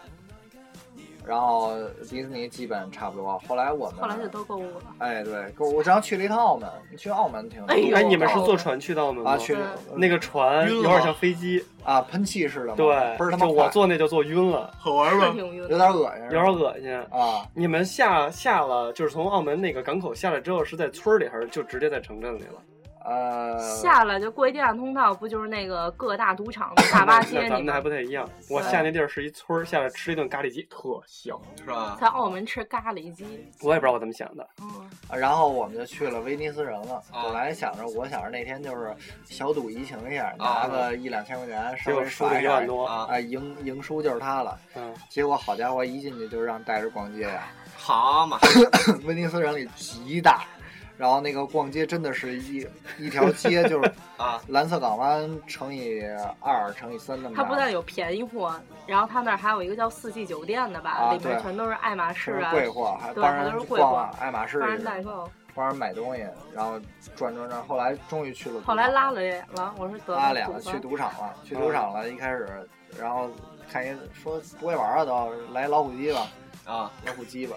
C: 然后迪士尼基本差不多。后来我们
H: 后来就都购物了。
C: 哎，对，购物，然后去了一趟澳门，去澳门挺
H: 哎呦
D: 哎，你们是坐船去的澳门吗？
C: 啊去
D: 那个船
A: 晕
D: 有
A: 了
D: 点像飞机，
C: 啊喷气式的嘛，
D: 对
C: 不是，他妈
D: 就我
C: 快
D: 坐那就坐晕了，
A: 好玩
H: 是？挺晕
C: 有
H: 的，
C: 点恶心，
D: 有点恶心。
C: 啊，
D: 你们下下了，就是从澳门那个港口下来之后，是在村儿里还是就直接在城镇里了？
C: 呃，
H: 下来就过一地下通道，不就是那个各大赌场的大巴
D: 那
H: 街
D: 咱
H: 里
D: 们的还
H: 吗嗯
D: 不？太一样。我下那地儿是一村儿，下来吃了一顿咖喱鸡，特香。
A: 是吧？
H: 在澳门吃咖喱鸡，
D: 我也不知道我怎么想的，
H: 嗯，
C: 然后我们就去了威尼斯人了。
A: 啊
C: 本来想着，我想着那天就是小赌怡情一下，拿个一两千块钱，稍
D: 结果
C: 微
D: 输了
C: 耍
D: 一
C: 一
D: 万
C: 下，
D: 多。
A: 哦啊，
C: 啊，赢赢输就是他了。
D: 嗯，
C: 结果好家伙，一进去就让带着逛街呀、
A: 好嘛，
C: (coughs) 威尼斯人里极大。然后那个逛街真的是一一条
A: (laughs)
C: 街，就是
A: 啊，
C: 蓝色港湾乘以二乘以三那么
H: 它
C: 大。
H: 不但有便宜货，然后它那儿还有一个叫四季酒店的吧，
C: 啊
H: 里面
C: 对
H: 全都是爱马仕
C: 是
H: 啊，
C: 贵货，还
H: 对
C: 帮
H: 还都
C: 人
H: 是贵货
C: 逛爱马仕
H: 帮
C: 去
H: 人，代购。
C: 帮人买东西，然后转转转，后来终于去了。
H: 后来拉了脸了，我说得
C: 拉
H: 了
C: 脸
H: 赌
C: 了，
H: 吧
C: 去赌场了，去
A: 啊
C: 赌场了。一开始，然后看一说不会玩了都，来老虎机吧，
A: 啊
C: 老虎机吧，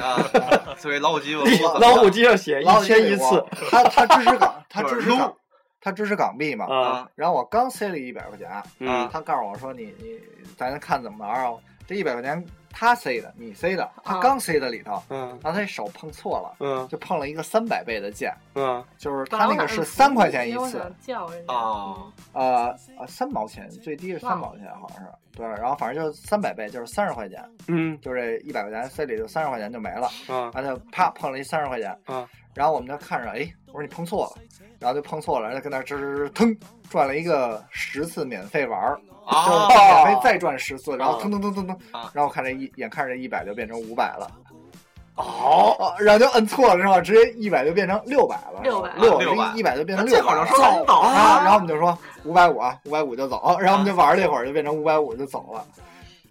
A: 啊，所以老虎机我
C: 老
D: (laughs) 老虎机上写
C: 老
D: 一
C: 虎机
D: 千一次
C: 我。他他支持港，他
A: 就是
C: 支持港，他支持港币嘛。
D: 啊
C: 然后我刚塞了一百块钱，啊
D: 嗯
C: 他告诉我说你你咱看怎么玩啊？这一百块钱他塞的，你塞的，他
H: 啊
C: 刚塞的里头，
D: 嗯
C: 然后他手碰错了，
D: 嗯
C: 就碰了一个三百倍的键，
D: 嗯，
C: 就是
H: 本
C: 他
H: 来我
C: 那个
H: 想
C: 是
H: 摁
C: 三
H: 服
C: 块钱
H: 因
C: 一
H: 为我
C: 次，
H: 想叫人家。
A: 哦
C: 呃呃三毛钱，最低是三
H: 忘
C: 毛钱好像是，对，然后反正就是三百倍，就是三十块钱，
D: 嗯
C: 就这一百块钱塞里就三十块钱就没了，
D: 啊
C: 然后他啪碰了一三十块钱，
D: 啊
C: 然后我们就看着，哎，我说你碰错了，然后就碰错了，然后就跟那吱吱吱腾转了一个十次免费玩儿，就是
A: 啊，
C: 免费再转十次，然后
D: 哦啊
C: 腾腾腾腾腾
A: 啊，
C: 然后看这一眼看着这一百就变成五百了。哦，然后就摁错了之后，直接一百就变成六百了，
H: 600
C: 六
A: 600
C: 一百就变成
A: 这
C: 六百
A: 好
C: 了
A: 像。说啊真
C: 然
A: 懂，
C: 后，然后我们就说五百五啊，五百五就走。然后我们就玩了一会儿，就变成五百五就走了，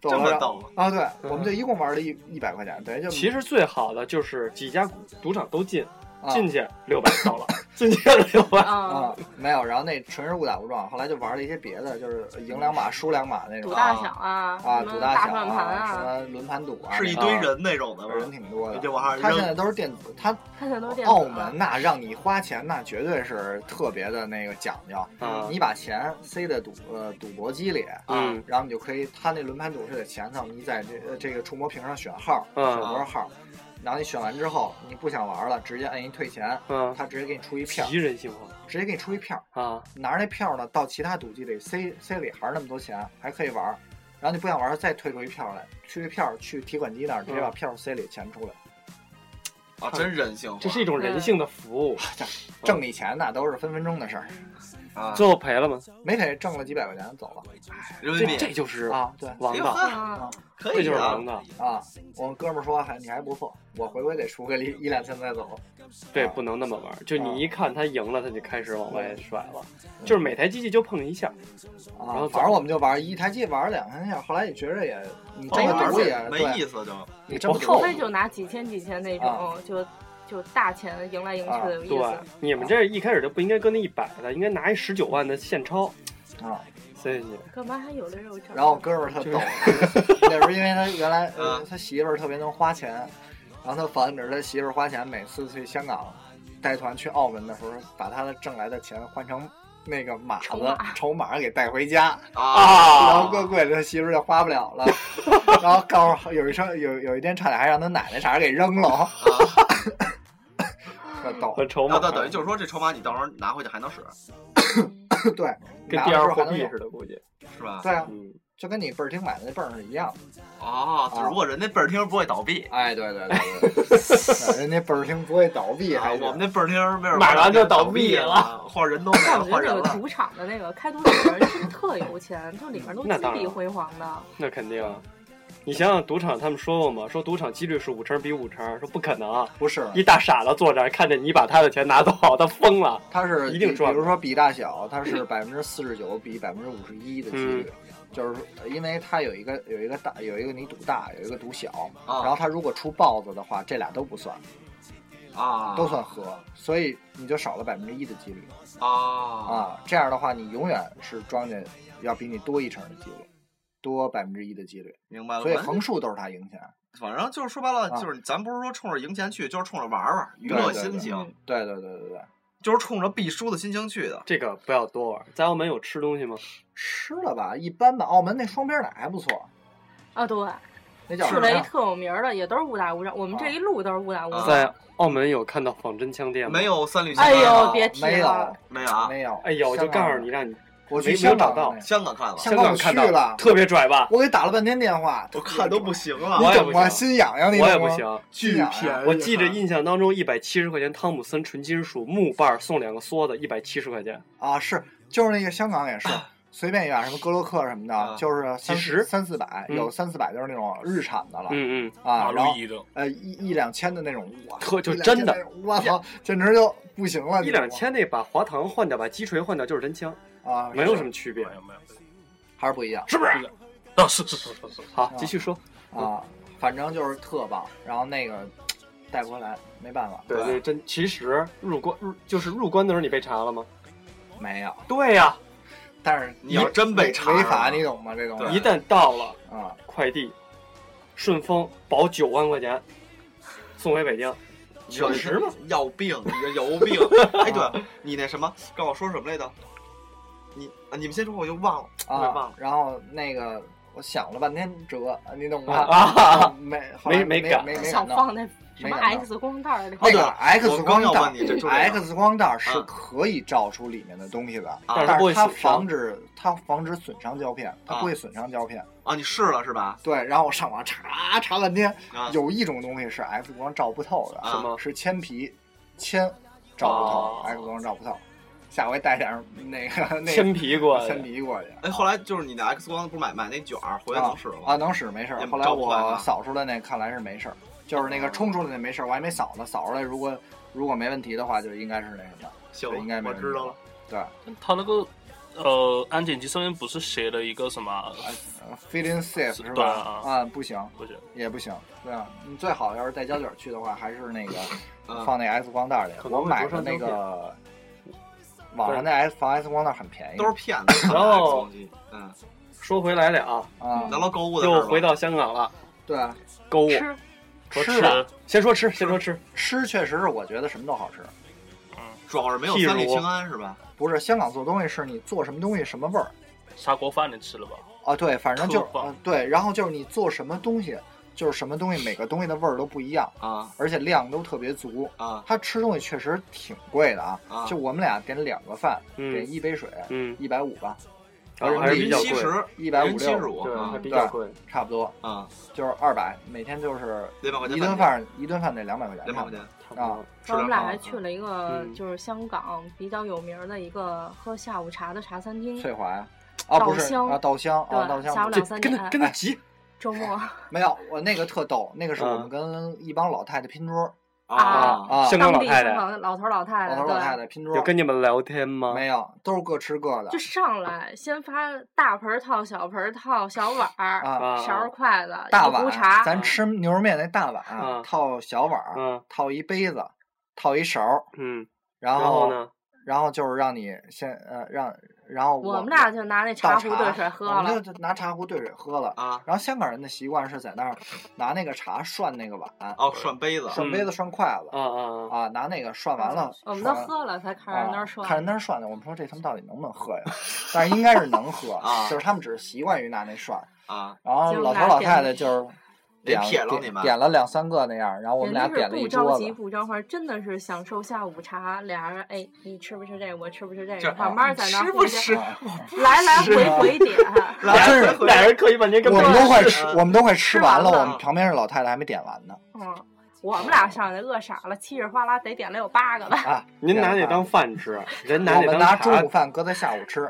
C: 走
A: 这
C: 了。
A: 么
C: 然后
A: 懂
C: 啊，对，我们就一共玩了一一百块钱，等于就
D: 嗯其实最好的就是几家赌场都进，
C: 啊
D: 进去六百到了，进去六百。
H: 嗯，
C: 啊没有。然后那纯是误打误撞，后来就玩了一些别的，就是赢两码输两码那
H: 赌
C: 种
H: 大小啊，
C: 啊，
H: 什
C: 赌
H: 么
C: 大小
H: 转盘
C: 啊，什
H: 啊，
C: 么轮盘赌啊，
A: 是一
C: 那
A: 堆
C: 种
A: 人那种的
C: 人
A: 吗？
C: 挺多的。
A: 就往上
C: 他现在
A: 扔，
C: 都是电子，啊他
H: 它现在都是电子
C: 澳
H: 的
C: 门那让你花钱，那绝对是特别的那个讲究。
D: 啊
C: 你把钱塞在赌呃赌博机里，
D: 嗯
C: 然后你就可以，他那轮盘赌是在前头，你在这呃这个触摸屏上选号，选
D: 嗯
C: 多少号，然后你选完之后，你不想玩了，直接摁一退钱，
D: 嗯，
C: 他直接给你啊出一票
D: 极，人性化
C: 直接给你出一票，
D: 啊
C: 拿着那票呢到其他赌机里塞塞里还是那么多钱，还可以玩。然后你不想玩，再退出一票来，退一票去提款机那儿，直接把票塞里钱出来，
A: 啊，真人性化，
D: 这是一种人性的服务。
C: 挣你钱那都是分分钟的事儿。
A: 啊，
D: 最后赔了吗？
C: 没赔，挣了几百块钱走了
A: 人
D: 这
A: 民币
D: 这就是
C: 啊，对
D: 王
A: 哎呦
D: 道，
A: 呵
H: 啊，
A: 可
D: 这
A: 以
D: 就是
A: 啊
D: 王，道。
C: 啊，我们哥们儿说还你还不错，我回回得出个一一两千再走，
D: 对，
C: 啊
D: 不能那么玩儿。就
C: 啊嗯
D: 你一看他赢了，他就开始往外甩了，就是每台机器就碰一下。然
C: 啊
D: 后，
C: 反正我们就玩一台机玩了两三下，后来也觉着也你
A: 这
C: 挣
A: 个
C: 了
A: 而
C: 赌
A: 且
C: 也
A: 哦没意
C: 啊对，
A: 思就
C: 你挣了
H: 除
C: 赌
H: 非就拿几千几千那
C: 啊
H: 种，就就大钱赢来赢去的有意
D: 对
H: 思。，
D: 你
C: 啊
D: 们这一开始就不应该跟那一百的，应该拿一十九万的现钞。
C: 啊。
D: 谢谢你。
H: 干嘛还有这肉条？
C: 然
H: (laughs)
C: 后我哥们儿特逗，那时候因为他原来呃
A: 嗯
C: 他媳妇儿特别能花钱，然后他防止他媳妇儿花钱，每次去香港带团去澳门的时候，把他的挣来的钱换成那个码
H: 筹
C: 子
H: 码
C: 筹码给带回家。
A: 啊
C: (laughs) 然后更贵了，他媳妇儿就花不了
A: (laughs)
C: 了。然后告诉有一声有有一天差点还让他奶奶差点给扔
A: 啊
C: 了， (laughs) 特逗。
D: 很筹
A: 那
D: 码，
A: 那啊等于就是说，这筹码你到时候拿回去还能使，
C: 对，
D: 跟
C: 拿了
D: 第
C: 之
D: 啊二
C: 后
D: 货
C: 还能
D: 币
C: 用
D: 似的，估计。
A: 是吧？
C: 对啊，
D: 嗯，
C: 就跟你倍儿听买的那泵是一样的。
A: 哦，
C: 啊
A: 如果人那倍儿厅不会倒闭，
C: 哎，对对对对，对人家倍儿听不会倒闭，
A: 啊
C: 还是
A: 我们那倍儿厅没准
D: 买完就
A: 倒
D: 倒闭
A: 了，或者人都没
H: 但
A: 了，
H: (laughs) 我觉
A: 换人
H: 得那个
A: 了。
H: 赌场的那个开赌场的人真特有钱，就里面都
D: 那
H: 金
D: 当然
H: 碧辉煌的。
D: 那肯定啊。你想想赌场，他们说过吗？说赌场几率是五成比五成，说不可能啊，
C: 不
A: 嗯
C: 是，
D: 一大傻子坐这儿看着你把他的钱拿走，他疯了。
C: 它是
D: 一定
C: 比
D: 赚
C: 比如说比大小，它是百分之四十九比百分之五十一的几率，
D: 嗯
C: (clears throat) 就是说因为它有一个有一个大有一个你赌大，有一个赌小，
A: 啊
C: 然后它如果出豹子的话，这俩都不算，
A: 啊，
C: 都算和，所以你就少了百分之一的几率
A: 啊
C: 啊。这样的话，你永远是庄家要比你多一成的几率，多百分之一的几率，
A: 明白了。
C: 所以
A: 反正
C: 横竖都是它赢钱。
A: 反正就是说白了，
C: 啊
A: 就是咱不是说冲着赢钱去，就是冲着玩玩，娱乐
C: 对对
A: 心
C: 对
A: 情，
F: 嗯
C: 对对对对对，
A: 就是冲着必输的心情去的。
D: 这个不要多玩。在澳门有吃东西吗？
C: 吃了吧，一般吧。澳门那双边奶还不错，
H: 啊，对，
C: 那叫
H: 吃
C: 什
H: 了
C: 么
H: 一
C: 呀？
H: 特有名儿的，也都是误打误撞。我们这一路都是误打误
A: 啊
H: 撞。
D: 在澳门有看到仿真枪店吗？
A: 没。有三旅，
H: 哎呦，
C: 啊
H: 别提
C: 没
H: 了
C: 有，
A: 没有啊，
C: 没有，
D: 哎呀，我就
C: 香港
D: 告诉
C: 的
D: 你，让你
C: 我
D: 没
C: 去
D: 没
C: 香港
D: 找到
C: 的那个
A: 香港看了，
C: 香
D: 香
C: 港
D: 港看到
C: 去了
D: 特别拽吧？
C: 我给打了半天电话，
A: 我看都不行了，
D: 我
C: 你
D: 也
C: 懂
D: 不
C: 吗？
D: 行啊
C: 心痒痒，你
D: 我也
C: 懂
D: 不
C: 吗？
D: 行。
A: 巨
C: 哪儿啊
A: 便宜。
D: 我记着印象当中，一百七十块钱汤姆森纯金属木把儿送两个梭子，一百七十块钱。
C: 啊，是，就是那个香港也是，随便一碗什么格洛克什么
A: 啊
C: 的，就是三
D: 几十
C: 三四百，
D: 嗯
C: 有三四百就是那种日产的了
D: 嗯嗯，
C: 啊，
E: 马
C: 然后
E: 路一的，
C: 呃一一两千的那种，哇，
D: 特就
C: 一两
D: 真的
C: 千那种，我操，简直就不行了，你
D: 一
C: 知道
D: 两
C: 吗
D: 千那把滑膛换掉，把击锤换掉就是真枪，
C: 啊，
D: 没有什么区别
E: 没，有没有，
C: 还是不一样
E: 是不是？ (laughs) 啊，是是是是是，
D: 好，继续说。
C: 啊，反正就是特棒，然后那个带不回来，没办法，
D: 对，这真其实入关入就是入关的时候你被查了吗？
C: 没有，
D: 对呀、
C: 但是
A: 你要真被
C: 违
A: 查
C: 违
A: 了
C: 法，你懂吗？这种
D: 一旦到了
C: 啊，
D: 快递，顺丰保九万块钱送回北京，
A: 确
D: 确
A: 实
D: 实
A: 嘛
D: 嘛，
A: 要病，你有病。哎，对，你那什么，跟我说什么来着？你啊，你们先说，我就忘了。我也忘
C: 啊
A: 了，
C: 然后那个我想了半天折，你懂吗？
D: 啊
C: 没后来
D: 没
C: 没
D: 没敢
C: 没没
H: 想
C: 敢弄。
H: 放在什
C: 没哦
H: 么
C: 敢弄
H: X 光袋儿里。
C: 那
A: 对
C: 个
A: 了
C: X
A: 我刚
C: 光
A: 要
C: 袋
A: 问你这就这样
C: ，X 光袋是
A: 嗯
C: 可以照出里面的东西的，
A: 但是
C: 但
D: 啊不会
C: 是它
D: 损伤
C: 防止它防止损伤胶片，它
A: 啊
C: 不会损伤胶片。
A: 啊，你试了是吧？
C: 对，然后我上网查查半天，
A: 啊，
C: 有一种东西是 X 光照不透的，
A: 啊
D: 什么
C: 是铅皮，铅照不透
D: 哦
C: ，X 光照不透。下回带点儿那个那
D: 铅
C: 个
D: 皮过来
C: 铅。皮过去。
A: 哎，后来就是你的 X 光不是买买那卷儿，回来能使了吗？
C: 啊，能使没事
A: 也
C: 儿。后来
A: 照不坏
C: 我
A: 啊
C: 扫出来那看来是没事儿，就是那个冲出来那没事儿，我还没扫呢。扫出来如果如果没问题的话，就应该是那什么。
A: 行，
C: 对应该没
A: 我
C: 问题
A: 知道了。
E: 他那个呃安检机上面不是写了一个什么？
C: 呃 Feeling safe
E: 是
C: 是
E: 对
C: 吧？
E: 啊
C: 啊，不行，
E: 不是，
C: 也不行。对啊，你最好要是带胶卷去的话，还是那个
D: (coughs)
A: 嗯
C: 放那 X 光袋里。
D: 啊可能
C: 我
D: 会
C: 买
D: 灼
C: 的
D: 伤
C: 那
D: 胶片
C: 个网上那 X 防 X 光袋很便宜
A: 都是骗子，
D: 然后
A: X 光机嗯，
D: 说回来了啊，
C: 啊。
A: 咱唠购物的事儿
D: 又
A: 吧
D: 回到香港了，
C: 对啊，
D: 购物。
H: 吃
D: 说
C: 吃
D: 吃
C: 啊
D: 吧，先说吃，先说吃。
C: 吃确实是我觉得什么都好吃。
A: 主要是没有
D: 譬如
A: 三里清安是吧？
C: 不是香港做东西是你做什么东西什么味儿
E: 砂锅饭你吃了吧？
C: 啊？对，反正就
E: 特棒
C: 啊对，然后就是你做什么东西，就是什么东西每个东西的味儿都不一样，
A: 啊
C: 而且量都特别足。
A: 啊
C: 他吃东西确实挺贵的啊，
A: 啊
C: 就我们俩点两个饭，点
D: 嗯
C: 一杯水，
D: 嗯，
C: 一百五吧，
D: 然后还是比较
A: 七
D: 贵，
A: 十，
C: 一百五
A: 七十
C: 六
A: 五，
D: 对，
A: 啊
D: 还比较
C: 对
D: 贵。
C: 差不多，
A: 啊，
C: 就是二百，每天就是
A: 两百块钱，
C: 一顿，饭一顿饭得两百块钱，
A: 两百块钱，
D: 差不多
C: 啊
A: 吃
H: 然后我们俩
A: 点
H: 还
A: 饭
H: 去了一个
D: 嗯
H: 就是香港比较有名儿的一个喝下午茶的茶餐厅，
C: 翠华呀，啊不是
H: 嗯稻香
C: 啊稻香啊稻
H: 对，下
C: 香
H: 午
C: (laughs)
H: 两三
D: 跟他
H: 点，
D: 跟他急，
H: 周末
C: 没有，我那个特逗，那个是我们
D: 嗯
C: 跟一帮老太太拼桌
A: 啊
H: 啊
C: 啊，
D: 香港老
H: 当地
D: 太太
H: 香港老头儿老太
C: 老头
H: 太，
C: 儿老太
H: 哎对，啊
C: 太拼
D: 有
C: 桌，
D: 跟你们聊天吗？
C: 没有，都是各吃各的
H: 就上来先发大盆儿套、小盆儿套、小碗儿、
C: 啊。
D: 啊，
H: 勺儿筷子、
C: 大
H: 一壶
C: 碗，
H: 茶，
C: 咱吃牛肉面那大碗
D: 啊
C: 套小碗，
D: 嗯
C: 套一杯子，套一勺儿，
D: 嗯，
C: 然
D: 然后呢？
C: 然后就是让你先呃让，然后
H: 我们俩就拿那
C: 倒
H: 茶壶兑水喝
C: 我们
H: 了，
C: 就拿茶壶兑水喝了。
A: 啊，
C: 然后香港人的习惯是在那儿拿那个茶涮那个碗，
A: 哦，涮杯子，哦
C: 涮杯子涮筷子
D: 啊啊
F: (laughs)
D: 啊！
C: 啊，拿那个涮完了，
H: 我们都
C: 涮完
H: 喝了才看
C: 啊
H: 人那儿说，
C: 看人那儿涮的，我们说这他们到底能不能喝呀？但是应该是能喝
A: (laughs) 啊，
C: 就是他们只是习惯于拿那涮。
A: 啊，
C: 然后老头老太太就是
F: 点
A: 撇了你
F: 点
A: 们
F: 点了两三个那样，然后我们
H: 人
F: 俩
H: 家
F: 点
H: 是
F: 了一
H: 不
F: 桌
H: 着
F: 子
H: 急。不着慌，真的是享受下午茶，俩人哎，你吃不吃这个？我吃不吃这
A: 这
H: 个？慢慢在那
A: 吃
H: 儿
A: 不
H: 互相
A: 吃？
H: (laughs) 来来
F: 吃
H: 回
F: 啊
H: 回
F: (laughs)
H: 点。
A: 来
F: 真是
A: 回回
D: 俩人可以半天跟
F: 我
D: 没
F: 们都快
A: 是
F: 吃，我们都快吃完
H: 吃
F: 了，
H: 完了
F: 我们旁边是老太太还没点完呢。
H: 嗯，我们俩上去饿傻了，稀里哗啦得点了有八个吧。
F: 啊，
D: 您拿
F: 这
D: 那当饭吃，人拿
F: 我
D: 那当
F: 们拿
D: 茶
F: 中午，饭搁在下午吃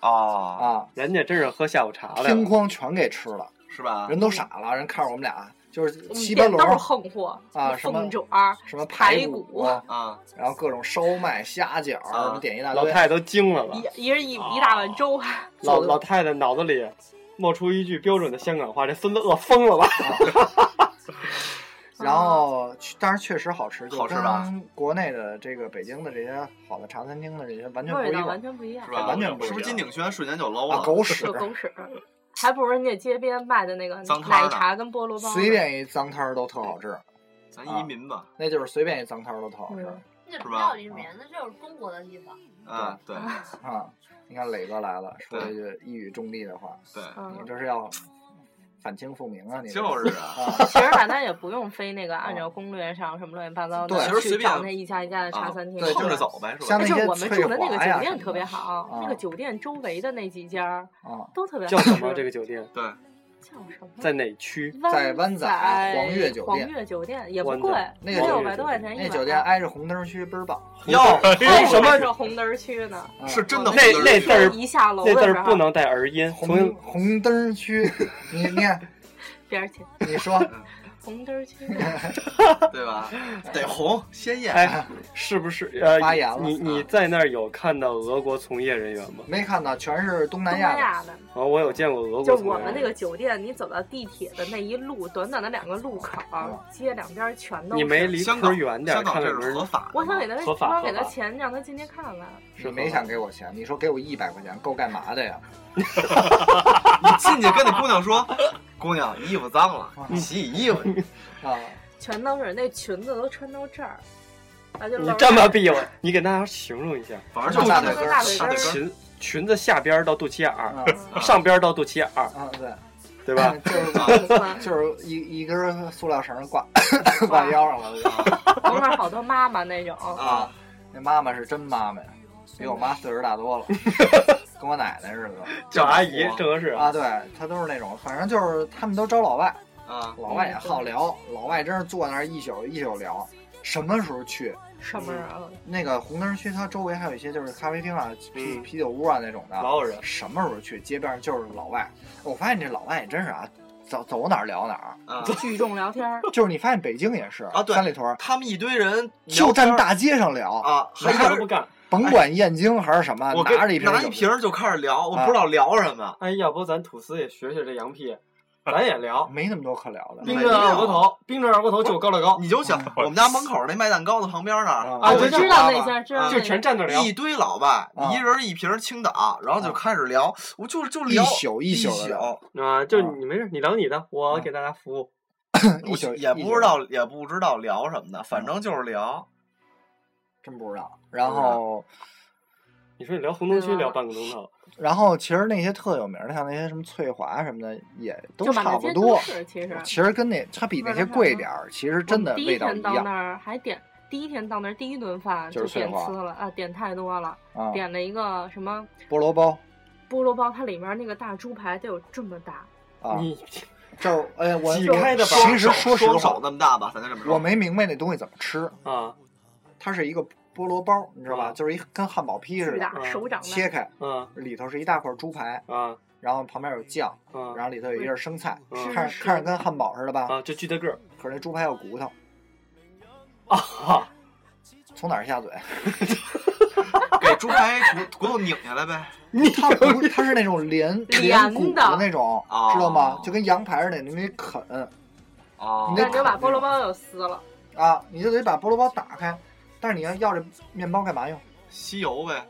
A: 啊，
F: 啊，
D: 人家真是喝下午茶来
F: 天
D: 了。
F: 框全给吃了，
A: 是吧？
F: 人都傻了，人看着我们俩就是
H: 我们
F: 七八
H: 点
F: 轮
H: 都是
F: 儿
H: 横货
F: 啊什么
H: 凤爪、
F: 什么
H: 排
F: 骨
H: 骨，
A: 啊，
F: 然后各种烧麦、虾饺，
A: 啊
F: 我们点一大
D: 老
F: 堆
D: 太。太都惊了吧？
H: 一一人
A: 哦
H: 一一大碗粥。啊
D: 老老太太脑子里冒出一句标准的香港话：“这孙子饿疯 (laughs) 了吧
F: (laughs) 然后，当然确实好吃，就
A: 好吃吧？
F: 国内的这个北京的这些好的茶餐厅的这些完全不
H: 嗯味
F: 一
H: 道
F: 样
H: 完全不一样
A: 是，吧？
F: 完全不一样
A: 是不是金鼎轩瞬间就 low
F: 啊，
A: 了？
F: 狗屎
H: 就！狗屎，还不如人家街边卖的那个
A: 脏摊儿
H: 奶
A: 呢
H: 茶跟菠萝包呢。
F: 随便一脏摊儿都特好吃，
A: 咱移民吧，
F: 那就是随便一脏摊儿都特好吃
H: 嗯
I: 那
A: 是
I: 不
A: 吧
I: 叫里面，那就是中国的地方。
A: 啊，对
F: 啊！你看磊哥来了，说了一句一语中的的话，
A: 对，
H: 嗯
F: 你这是要反清复明啊！你这
A: 就是 (laughs) 啊，
F: (laughs) 啊，
H: 其实反正也不用非那个按照攻略上什么乱七八糟的，
F: 对
A: 其实随
H: 去
A: 便
H: 找那一家一家的茶餐厅。
F: 对
A: 跟
F: 就
A: 啊着
F: 是
A: 走呗，是
F: 像
A: 吧？
H: 但
F: 那
H: 是
F: 些
H: 我们住的那个
F: 翠华呀
H: 酒店特别
F: 什
H: 好
F: 么，的哦
H: 那个酒店周围的那几家
F: 啊，
H: 都特别？”好
D: 叫
H: 吃。
D: 什么？这个酒店
A: 对，
H: 叫什么？
D: 在哪区？
F: 在湾仔
H: 黄
F: 黄悦酒店
H: 悦酒店也不
D: 湾仔
H: 贵，
F: 那个
H: 六
F: 酒
H: 百多块钱一
F: 那
H: 晚。
F: 酒店挨着红灯区倍儿棒，
A: 要
H: 为
D: 什么
H: 是红灯区呢？
F: 啊
A: 是真的
D: 那那字儿
H: 一下楼
D: 那
H: 的
D: 字
H: 时
D: 儿不
H: 候，
D: 能带儿音，重
F: 红
D: 新
F: 红灯区，你你看
H: 边儿去
F: 你说
H: 红灯区，
A: 对吧？得红鲜艳，
D: 哎，是不是？呃，
F: 发言了
D: 你你在那儿有看到俄国从业人员吗？
F: 没看到全是东南
H: 东
F: 亚
H: 南
F: 的
H: 亚的。
D: 啊，我有见过俄国
H: 就
D: 从业人员。
H: 我们那个酒店，你走到地铁的那一路，短短的两个路口，街两边全都
D: 你
H: 是。
D: 没离
A: 香
D: 坑
A: 港
D: 远点
A: 香
D: 儿，
A: 港
D: 看看
A: 这
D: 有没
A: 是合
D: 有
A: 法的吗，
H: 我想给他，
D: 合
H: 我
D: 法
H: 想给他
D: 合法
H: 钱，让他进去看看。
F: 你没想给我钱，你说给我一百块钱够干嘛
A: (laughs)
F: 的呀？
A: 你进去跟那姑娘说，姑娘衣服脏了，你洗洗衣服去。
F: 啊，
H: 全都是那裙子都穿到这儿，啊，就
D: 你
H: 露着
D: 这么逼我，你给大家形容一下，
A: 反正就是
F: 大
A: 大
F: 腿
A: 腿
F: 根
A: 根
F: 儿
A: 儿，
H: 大
A: 大
H: 腿
A: 腿
H: 根
A: 根儿。
D: 裙裙子下边儿到肚脐眼儿，(laughs)
F: 啊
D: 上边儿到肚脐眼儿，
F: 啊，对，
D: 对吧？
F: 就是
H: 嗯
F: 就是一一根塑料绳挂挂腰上了就。
H: 旁边好多妈妈那种，
A: 啊，
F: 那妈妈是真妈妈呀，比我妈岁数大
A: (laughs)
F: 多了，跟我奶奶似的。
D: 叫阿姨
A: 我
D: 正合适。
F: 啊，对，她都是那种，反正就是他们都招老外，
A: 啊，
F: 老外也好聊， (laughs) 老外真是坐那儿一宿一宿聊。什么时候去？
H: 什么啊，
F: 那个红灯区，它周围还有一些就是咖啡厅啊、啤
D: 嗯
F: 啤酒屋啊那种的。
D: 老有人，
F: 什么时候去？街边儿就是老外。我发现这老外也真是啊，走走哪儿聊哪儿。
A: 啊，
H: 聚众聊天儿，
F: 就是你发现北京也是
A: 啊对
F: 三里屯儿哎
A: 他们一堆人
F: 就站
A: 站
F: 大街上聊，
A: 啊，
D: 什
A: 还有
D: 么都不干。
F: 甭管燕京还是什么，
A: 我跟
F: 啊拿着一瓶
A: 拿
F: 酒
A: 一
F: 啊
A: 瓶儿就开始聊，我不知道聊什么。
D: 哎，要不咱吐司也学学这羊屁，咱也
F: (laughs)
D: 聊。 (laughs)
F: 没那么多可聊的。
A: 没
D: 冰镇二锅
A: 有
D: 头，冰镇二锅头就高乐高，
A: 你就想我们家门口那卖蛋糕的旁边那
F: 啊
A: 儿，
D: 啊
A: 有
D: 我
A: 一
D: 知
A: 酒
H: 道
A: 吧
H: 那
A: 吧
H: 家知道
A: 啊
H: 那
D: 就全站那聊。
A: 一堆老外
F: 啊，
A: 一人一瓶青岛，然后就开始聊，我就就聊
F: 一宿一
A: 一
F: 宿的聊
D: 啊，就你没事，你聊你的，我给大家服务。
F: 一宿
A: 我也不知，道也不知道聊什么的，反正就是聊。
F: 真不知道。然后，
D: 你说你聊红灯区聊半个钟头，
F: 然后其实那些特有名的，像那些什么翠华什么的，也都
H: 就满
F: 差
H: 大
F: 不
H: 街
F: 多
H: 都。是，其实。
F: 其实跟那它比那些贵点儿，其实真的
H: 我们第
F: 味
H: 一
F: 道
H: 天
F: 一
H: 到那
F: 样
H: 儿还点，第一天到那儿第一顿饭
F: 就是
H: 点
F: 翠华
H: 呲了啊，点太多了，
F: 啊。
H: 点了一个什么
F: 菠萝包
H: 菠萝包，它里面那个大猪排得有这么大，
F: 啊，
D: 你
F: 就是哎我
D: 挤开的吧
F: 其实说实
A: 双
F: 话
A: 手，那么大吧，咱就这么说。
F: 我没明白那东西怎么吃，
D: 啊
F: 它是一个菠萝包，你知道吧？
D: 啊
F: 就是一跟汉堡批似
H: 巨
F: 的，
H: 大，手掌
F: 切
H: 大，
F: 开
D: 啊
F: 里头是一大块猪排，
D: 啊
F: 然后旁边有酱，然
D: 啊
F: 后里头有一根生菜，
D: 嗯
F: 看着
H: 是
F: 看着跟汉堡似的吧？
D: 啊！就巨大个儿
F: 可是那猪排有骨头，
D: 啊！
F: 从哪儿下嘴？
A: 给猪排骨骨头拧下来呗。
F: 它不是，它是那种连连骨
H: 连的
F: 那种，
A: 哦
F: 知道吗？就跟羊排似的，你得啃
A: 哦
F: 你
H: 那
F: 那
H: 你就把菠萝包又撕了，
F: 啊，你就得把菠萝包打开。但是你要要这面包干嘛用？
A: 吸油呗。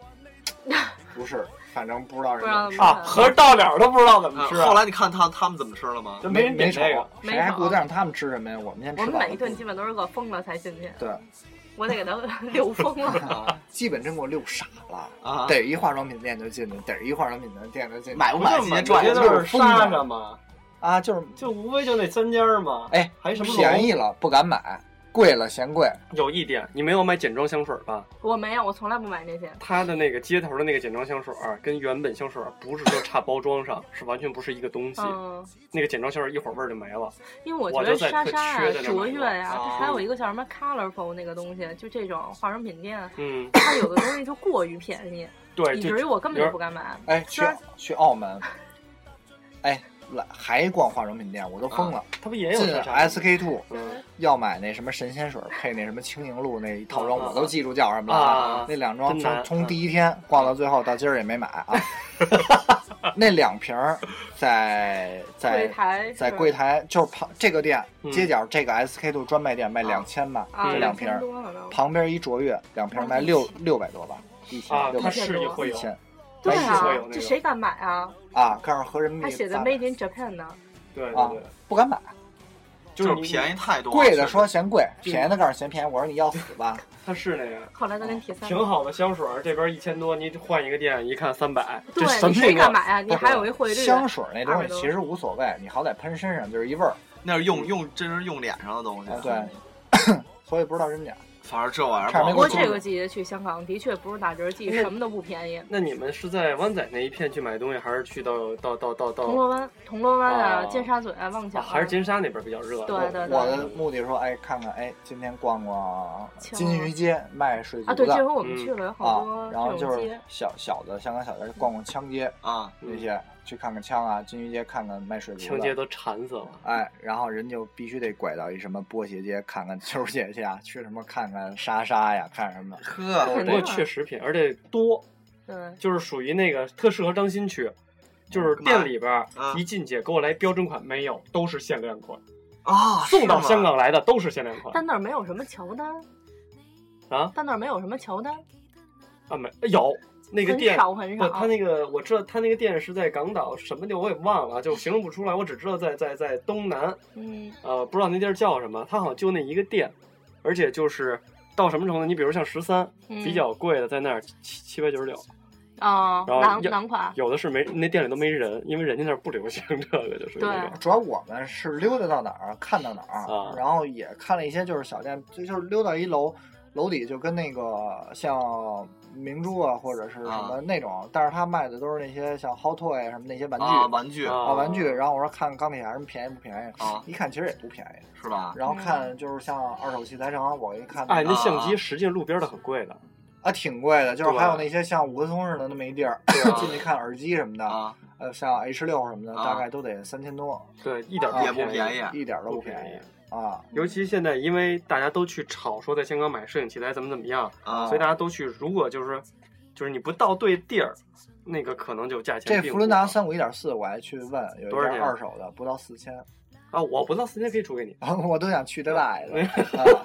F: 不是，反正不知道
H: 不知
F: 人
H: 道
F: 家
H: 怎么
D: 啊，
H: 办
D: 合着到了都不知道怎么
A: 嗯
D: 吃
A: 后
D: 啊，
A: 来你看他他们怎么吃了吗？
D: 就没
F: 没
D: 人点
F: 瞅
D: 这个。，
H: 没
F: 谁还
H: 瞅
F: 顾得上他们吃什么呀？我们先
H: 我
F: 吃
H: 们
F: 饱
H: 每一顿
F: 了。
H: 基本都是饿疯了才进去，
F: 对，
H: 我得给 (laughs) 他溜疯了。
A: 啊
F: 基本真给我溜傻了，
A: 啊，
F: 逮一化妆品店就进去，逮一化妆品店就进去，
A: 买不
D: 不
A: 买
D: 就
A: 今天
D: 满大
A: 赚
D: 街
A: 一
D: 都
A: 顿
D: 是沙子吗？
C: 啊，就是
D: 就无非就那三家儿嘛。
C: 哎，
D: 还什么
C: 便
D: 龙
C: 宜了不敢买，贵了嫌贵。
D: 有一点，你没有买简装香水吧？
H: 我没有，我从来不买这些。
D: 它的那个接头的那个简装香水儿跟原本香水儿不是说差包装上，是完全不是一个东西。
H: 嗯，
D: 那个简装香水儿一会儿味儿就没了。
H: 因为我
D: 我
H: 觉
D: 就
H: 得
D: 在
H: 莎
D: 特
H: 莎啊
D: 缺在、这
H: 卓
D: 买
H: 越
D: 了
H: 呀、
A: 啊
H: 还有一个叫什么 Colorful 那个东西，就这种化妆品店，
D: 嗯，
H: 它有的东西就过于便宜，
D: (coughs) 对，
H: 以
D: 就
H: 至于我根本就不敢买。
C: 哎，去
H: 虽然
C: 去澳门，哎，来还逛化妆品店，我都疯了。
D: 它不也有
C: 进
D: 啥
C: SK two
D: 嗯
C: 要买那什么神仙水配那什么轻盈露那一套装，
D: 啊啊
C: 我都记住叫什么了。
D: 啊
C: 那两装
D: 真
C: 从
D: 难
C: 从
D: 嗯
C: 第一天逛到最后，到今儿也没买啊。那两瓶儿在
H: 柜
C: 在
H: 台
C: 在
H: 是
C: 柜台就是旁这个店
D: 嗯
C: 街角这个 SK two 专卖店卖两千吧，
H: 啊，
C: 这
D: 嗯
C: 两瓶
H: 千
C: 儿，
H: 多了都。
C: 旁边一卓越两瓶儿卖六六百多吧，一千
D: 啊
C: 六，百
D: 它
H: 一千
D: 是也
H: 多
D: 会
C: 一
D: 有，
C: 千
H: 对
D: 哎会
H: 啊
D: 有那，个
H: 这谁敢买啊？
C: 啊，告诉合人民
H: 还
C: 币
H: 写的
C: 八百
H: Made in Japan 呢。
D: 对对
C: 啊
D: 对，
C: 不敢买，
D: 就
A: 就是
D: 你
A: 便宜太多了，
C: 贵的说
A: 确实
C: 嫌贵，
D: 对
C: 便宜的告诉嫌便宜。我说你要死吧，
D: 它是那个。
H: 后来他跟铁三，
D: 挺好的香水儿，这边一千多，你换一个店一看三百，这
H: 对，
D: 什么
H: 你谁
D: 那
H: 敢
D: 个？
H: 买啊？你还有一汇率。
C: 香水那东西其实无所谓，你好歹喷身上就是一味儿，
A: 那是用用真是用脸上的东西
C: 啊。对， (coughs) 所以不知道真假。
A: 反正这玩意儿
C: 差点没
H: 不
C: 给我
A: 不
H: 过
C: 做
A: 好
H: 这个
A: 弄
H: 季节去香港的确不是打折季，
D: 那
H: 什么都不便宜。
D: 那你们是在湾仔那一片去买东西，还是去到到到到
H: 铜
D: 到，
H: 锣湾、铜锣湾啊
D: 哦，
H: 尖沙咀啊，望角
D: 啊
H: 啊，
D: 还是金沙那边比较热？
H: 对对对
C: 我的目的说，哎，看看，哎，今天逛逛
H: 行
C: 金鱼街卖水
H: 啊，
C: 族
H: 对，
C: 的
H: 这回我们去了有好
C: 啊
H: 多，
C: 然后
H: 这
C: 就
H: 种
C: 是
H: 街，
C: 小小的香港小街逛逛枪街
A: 啊，
C: 那些，去看看枪啊，金鱼街看看卖水族
D: 情节
C: 的。
D: 都馋死了。
C: 哎，然后人就必须得拐到一什么波鞋街看看球鞋去啊，去什么看看莎莎呀，看什么
A: 呵，
H: 肯
D: 不
H: 定
D: 过
H: 啊
D: 确实品，而且多，
H: 对，
D: 就是属于那个特适合张新区，就是店里边儿
A: 干嘛啊
D: 一进去给我来标准款，没有，都是限量款，
A: 啊，
D: 送到
A: 是吗
D: 香港来的都是限量款
H: 但那儿没有什么乔丹
D: 啊，
H: 但那儿没有什么乔丹，
D: 啊，没有那个
H: 很
D: 店。
H: 少很
D: 不，
H: 少。
D: 他那个我知道，他那个店是在港岛什么地儿我也忘了，啊就形容不出来。我只知道在在在东南，
H: 嗯，
D: 呃，不知道那地儿叫什么。他好像就那一个店，而且就是到什么程度，你比如像十三
H: 嗯
D: 比较贵的，在那儿七七百九十九，
H: 啊，
D: 然后
H: 男
D: 要
H: 男款，
D: 有的是没那店里都没人，因为人家那儿不流行这个，就是那
H: 啊
D: 种
C: 主要我们是溜达到哪儿看到哪儿，
D: 啊
C: 然后也看了一些就是小店，就就是溜到一楼楼底就跟那个像明珠啊或者是什么那种，但是他卖的都是那些像 Hot Toy 什么那些玩具
A: 啊，玩具
D: 啊
C: 啊玩具。然后我说看钢铁侠什么便宜不便宜，
A: 啊
C: 一看其实也不便宜。
A: 是吧？
C: 然后看就是像二手器材城，我一看
D: 哎，那
A: 啊
D: 相机实际路边的很贵的，
C: 啊挺贵的，就是
D: 对
C: 还有那些像五棵松似的那么一地儿，进去看耳机什么的，
A: 啊，
C: 呃像 H 六什么的，
A: 啊
C: 大概都得三千多，
D: 对，一点
A: 也不
D: 便
A: 便宜啊
C: 一点儿都
D: 不
C: 不
D: 便
C: 便
D: 宜
C: 宜。啊。
D: 尤其现在，因为大家都去炒说在香港买摄影器材怎么怎么样，
C: 哦
A: 啊
D: 所以大家都去。如果就是就是你不到对地儿，那个可能就价钱
C: 这
D: 并
C: 福伦达
D: 不高
C: 三五一点四，我还去问，有
D: 多
C: 一
D: 少
C: 家
D: 钱
C: 二手的不到四千， (laughs)
D: 啊，我不到四千可以出给你
C: 我都想去他大爷的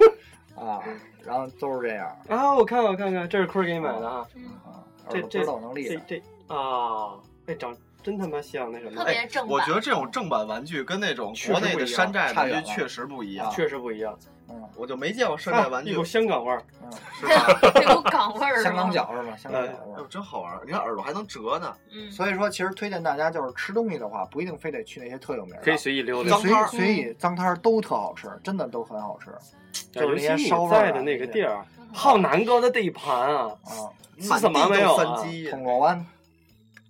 C: 啊啊！然后都是这样，
D: 啊！我看我看看，这是坤儿给你买的啊，
C: 啊，
D: 这
C: 而不
D: 这
C: 知道能力
D: 这
C: 的
D: 这啊，这长真他妈像那什么
F: 特，别正版。
A: 我觉得这种正版玩具跟那种国内的山寨
C: 差
A: 玩
C: 远
A: 具
C: 了
A: 确实不一样
C: 啊，
D: 哎确实不一样，
C: 嗯，
A: 我就没见过山寨玩
D: 啊一
A: 具
D: 股。香港味儿，
A: 是吧？
F: 这股港味儿了
C: 香港，脚是吗？香港
D: 呃
C: 脚
A: 哎
C: 是
A: 呦，
C: 吧？
A: 真好玩儿！你看耳朵还能折呢，
F: 嗯，
C: 所以说，其实推荐大家就是吃东西的话，不一定非得去那些特有名的，
D: 可以随意溜
C: 对
D: 达。
A: 脏摊儿
C: 随随
H: 嗯
C: 意脏摊儿都特好吃，真的都很好吃就是
D: 尤
C: 那
D: 其
C: 些
D: 你
C: 烧味儿
D: 在
C: 啊
D: 的那
C: 那些
D: 个地儿，浩南哥的地盘啊，
C: 啊！
D: 是
A: 满
D: 什么
A: 地
D: 没有
A: 都
D: 啊
A: 三鸡，
C: 铜锣湾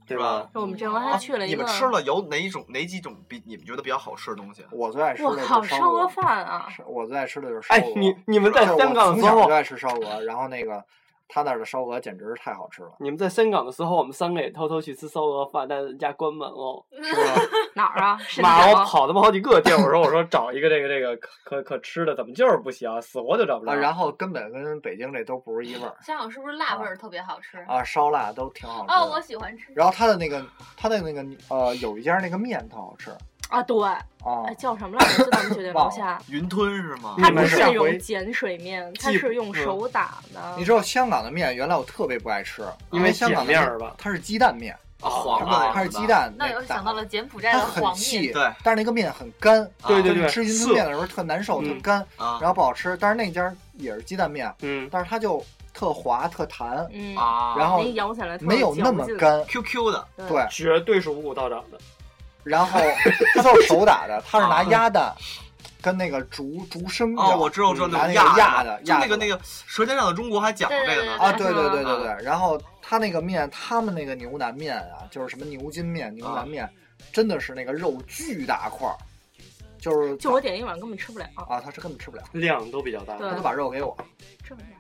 D: 对
A: 是
D: 吧
A: 吧？
H: 我们这回还去了
A: 啊
H: 一
A: 你
H: 个
A: 们吃了有哪一种哪几种比你们觉得比较好吃的东西？啊
C: 我最爱吃
H: 我
C: 的
H: 靠，
C: 就是
H: 烧
C: 烧
H: 鹅，饭啊！
C: 是我最爱吃的就是烧
D: 哎
C: 鹅。，
D: 你你们在
C: 就是
D: 香港
C: 哦我
D: 的
C: 从
D: 时
C: 小
D: 候
C: 就，爱吃烧鹅，然后那个他那儿的烧鹅简直是太好吃了。
D: 你们在香港的时候，我们三个也偷偷去吃烧鹅饭，但是人家关门哦。
H: 哪儿啊？ (laughs) 深
D: 妈，我
H: 圳。
D: 跑他妈好几个店，我说我说找一个这个这个可可可吃的，怎么就是不行，死活就找不着。
C: 啊，然后根本跟北京这都不是一味儿
F: 香港是不是辣味儿特别好吃？
C: 啊，烧腊都挺好吃的。
F: 哦，我喜欢吃。
C: 然后他的那个他的那个呃，有一家那个面特好吃
H: 啊，对，
C: 啊
H: 哎，，叫什么来着？就在我们酒店楼下。
A: 云吞是吗？
H: 它
D: 你
H: 不
D: 们
H: 是
D: 下
H: 用
D: 回，
H: 碱水面，它
D: 记
H: 是用手打的。
C: 嗯你知道香港的面原来我特别不爱吃，
D: 因为
C: 香港的
D: 啊碱面儿哦吧
C: 它是鸡蛋面，
A: 啊，
C: 它
A: 黄
C: 是
A: 的那种
C: 它是
A: 的
C: 鸡蛋
F: 那我
C: 个
F: 想到了柬埔寨
C: 它
F: 的
C: 很
F: 黄面，
C: 细，
A: 对
C: 但是那个面很干。
D: 啊对对
C: 就
D: 对，
C: 你啊吃云吞
D: 是
C: 面的时候特难受，特
D: 嗯
C: 干，
A: 啊
C: 然后不好吃。但是那家也是鸡蛋面，
D: 嗯，
C: 但是它就特滑特弹，
H: 嗯，
A: 啊，
C: 然后
H: 那咬起来特
C: 没有那
H: 嚼
C: 么
H: 劲。
C: 干。
A: QQ 的
H: 对
C: 对，
D: 绝对是五谷道长的。
C: 然后他都是手打的，
D: 啊
C: 他是
D: 嗯
C: 拿鸭蛋跟那个竹竹升
A: 哦，
C: 的
A: 我知道，我知道那种
C: 拿嗯那
A: 压
C: 个压
A: 的
C: 的，
A: 就那个
C: 压的
A: 那个《舌尖上的中国》还讲过这个呢。
C: 啊，对对
F: 嗯
C: 对对
A: 啊
C: 对。然后他那个面，他们那个牛腩面啊，就是什么牛筋面、牛
A: 嗯
C: 腩面，真的是那个肉巨大块儿，就是
H: 就我点一碗根本吃不了，
C: 啊，他是根本吃不了，
D: 量都比较大。
H: 对
F: 嗯
C: 他就把肉给我，
H: 这么大。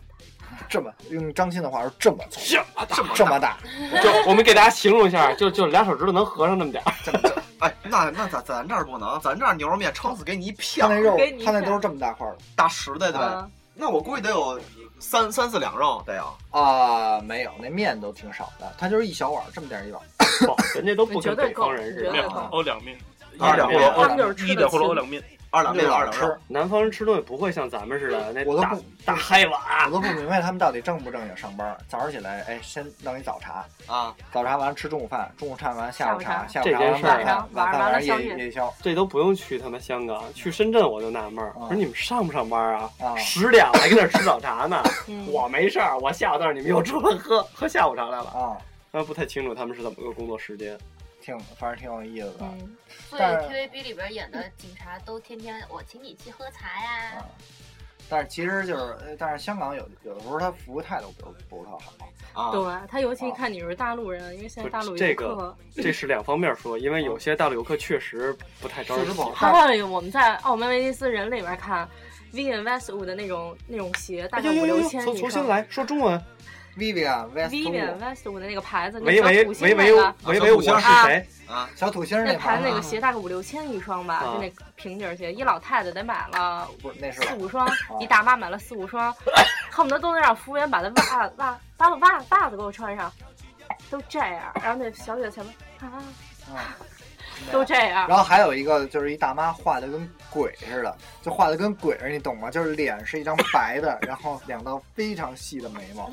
C: 这么用张鑫的话说这么粗，
D: 这么
A: 这么
C: 这么大，
D: 就我们给大家形容一下，就就俩手指头能合上那么点儿。
A: 这么这，哎，那那咱咱这儿不能，咱这儿牛肉面撑死给你一
C: 他
A: 片
C: 那肉
H: 给你一
C: 他那
H: 片
C: 都是这么大块儿
A: 大石的，对吧？
H: 嗯，
A: 那我估计得有三三四两肉得有。
C: 的啊，没有那面都挺少的，他就是一小碗儿这么点儿一碗儿，
D: 不人家都不跟北方人似
H: 绝
D: 的
H: 对。
E: 两欧两面，
A: 二两
E: 一或者欧
H: 他们就是吃
E: 一
H: 的
E: 两或者欧
H: 勤，
E: 两面，
A: 二两面
C: 就
A: 二
C: 老
A: 两
C: 吃，
A: 肉，
D: 南方人吃东西不会像咱们似的那
C: 我都
D: 大
C: 不
D: 大嗨碗啊，
C: 我都不明白他们到底正不正经上班儿。早上起来，哎，先弄一早茶，
A: 啊，
C: 早茶完了吃中午饭，中午饭完了下午茶，下午
D: 这
C: 茶完
D: 件
C: 了
D: 事儿
C: 晚饭，晚
H: 晚上
C: 饭
H: 完
C: 完
H: 了
C: 了
H: 宵
C: 夜
H: 夜
C: 夜宵。
D: 这都不用去他妈香港，去深圳我就纳闷儿，我说你们上不上班啊？
C: 啊
D: 十点了还跟那儿吃早茶呢？
H: 嗯
D: 我没事儿，我下午到那儿你们又吃饭喝喝下午茶来 (laughs) 了。
C: 啊，
D: 啊，不太清楚他们是怎么个工作时间。
C: 挺反正挺有意思的。
H: 嗯
F: 所以
C: 但是
F: TVB 里边演的警察都天天我请你去喝茶呀
C: 啊，但是其实就是，呃但是香港有有的时候他服务态度不是不是特好
A: 啊，
H: 对他尤其看你是大陆人，因为现在大陆
D: 不是
H: 游
D: 这个
H: 客，
D: 这是两方面说，因为有些大陆游客确实不太招人喜欢。
H: 还有 (laughs) 我们在澳门威尼斯人里边看 Vivian Westwood 的那种那种鞋，大
D: 哎
H: 概
D: 呦
H: 五
D: 呦
H: 六
D: 呦，
H: 千
D: 重
H: 以
D: 重新
H: 上。
D: 来说中文。
C: Vivian
H: Vivian
C: Westwood
H: Westwood 的那个牌子，那
D: 维
H: 小
D: 维
H: 土星
D: 维维
H: 那个
D: 维维，我是谁？
A: 啊，
C: 小土星儿
H: 那
C: 牌
H: 牌
C: 儿
H: 子那个鞋大概五六千一双吧，
D: 啊
H: 就那平底儿鞋，一老太太得买了
C: 不是那是啊
H: 四五双，一大妈买了四五双，恨不得都能让服务员把那袜袜把我袜袜子给我穿上，都这样。然后那小姐前面啊，
C: 啊，
H: (laughs) 都这样。
C: 然后还有一个就是一大妈画的跟鬼似的，就画的跟鬼似的，你懂吗？就是脸是一张白的，然后两道非常细的眉毛，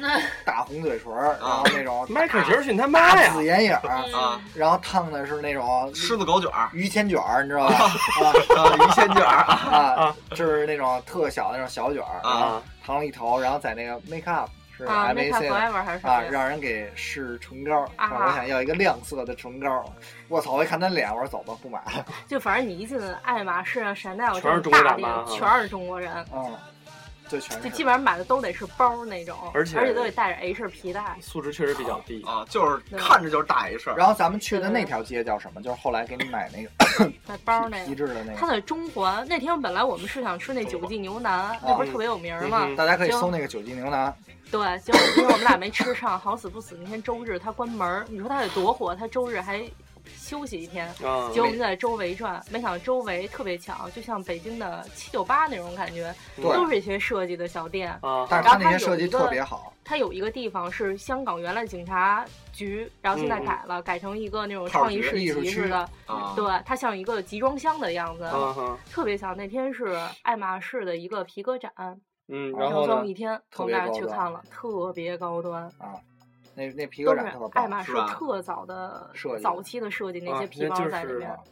C: 大红嘴唇儿，然后那种
D: 迈克尔·杰克逊他妈
C: 大
D: 呀！
C: 紫眼影儿，啊
A: 啊，
C: 然后烫的是那种
A: 狮子狗卷儿，
C: 于谦卷儿，你知道吧？
A: 啊，鱼仙卷儿，啊
C: 啊啊，就是那种特小的那种小卷儿，然后
D: 啊
C: 烫了一头，然后在那个 make up 是
H: 啊
C: M A
H: ，Make
C: C 的。
H: Forever 还是什
C: 啊，
H: 么呀？
C: 让人给试唇膏，
H: 啊
C: 啊，我想要一个亮色的唇膏。我操！我一看他脸，我说走吧，不买了。
H: 就反正你一进爱马仕啊、闪奈，我
D: 全是中
H: 这
D: 国
H: 么
D: 大
H: 大
D: 妈
H: 店
D: 啊
H: 全是中国人，
C: 嗯，就全
H: 就是基本上买的都得是包那种，
D: 而
H: 而
D: 且
H: 都得带着 H 皮带。
D: 素质确实比较低。
A: 啊，就是看着就是大一事儿，
C: 然后咱们去的那条街叫什么？就是后来给你买那个
H: 那包那
C: 皮
H: 个。
C: 质的那
H: 它
C: 个，
H: 在中环那天，本来我们是想吃那九记牛腩，那不是特别有名儿吗
D: 嗯？
C: 大家可以搜那个九记牛腩。
H: 对，结果因为我们俩没吃上，好死不死，那天周日他关门儿，你说他得多火，他周日还休息一
C: 嗯
H: 天。
D: 啊，
H: 结果我们在周围转，没想到周围特别巧，就像北京的七九八那种感觉，
C: 嗯对
H: 都是一些设计的小店。
D: 啊，
C: 但是他那些设计特别好，
H: 它有一个地方是香港原来警察局，然后现在
D: 嗯嗯
H: 改了，改成一个那种
A: 套儿
H: 创意
A: 局
H: 市
C: 艺术
H: 集
C: 区
H: 似的。
A: 啊，
H: 对，它像一个集装箱的样子，
D: 啊哈，
H: 特别像。那天是爱马仕的一个皮革展，
D: 嗯，
C: 然后
H: 正宗
C: 呢
H: 一天，
C: 特
H: 从
C: 别
H: 那儿
C: 高
H: 去
C: 端
H: 看了，特别高端。
C: 那那皮
H: 都
C: 革
H: 是
C: 展特
H: 爱
C: 棒。
H: 马
A: 是
H: 仕
A: 吧
H: 特早的
C: 设计啊
H: 早期的设计那些皮包在里面，
D: 啊
C: 它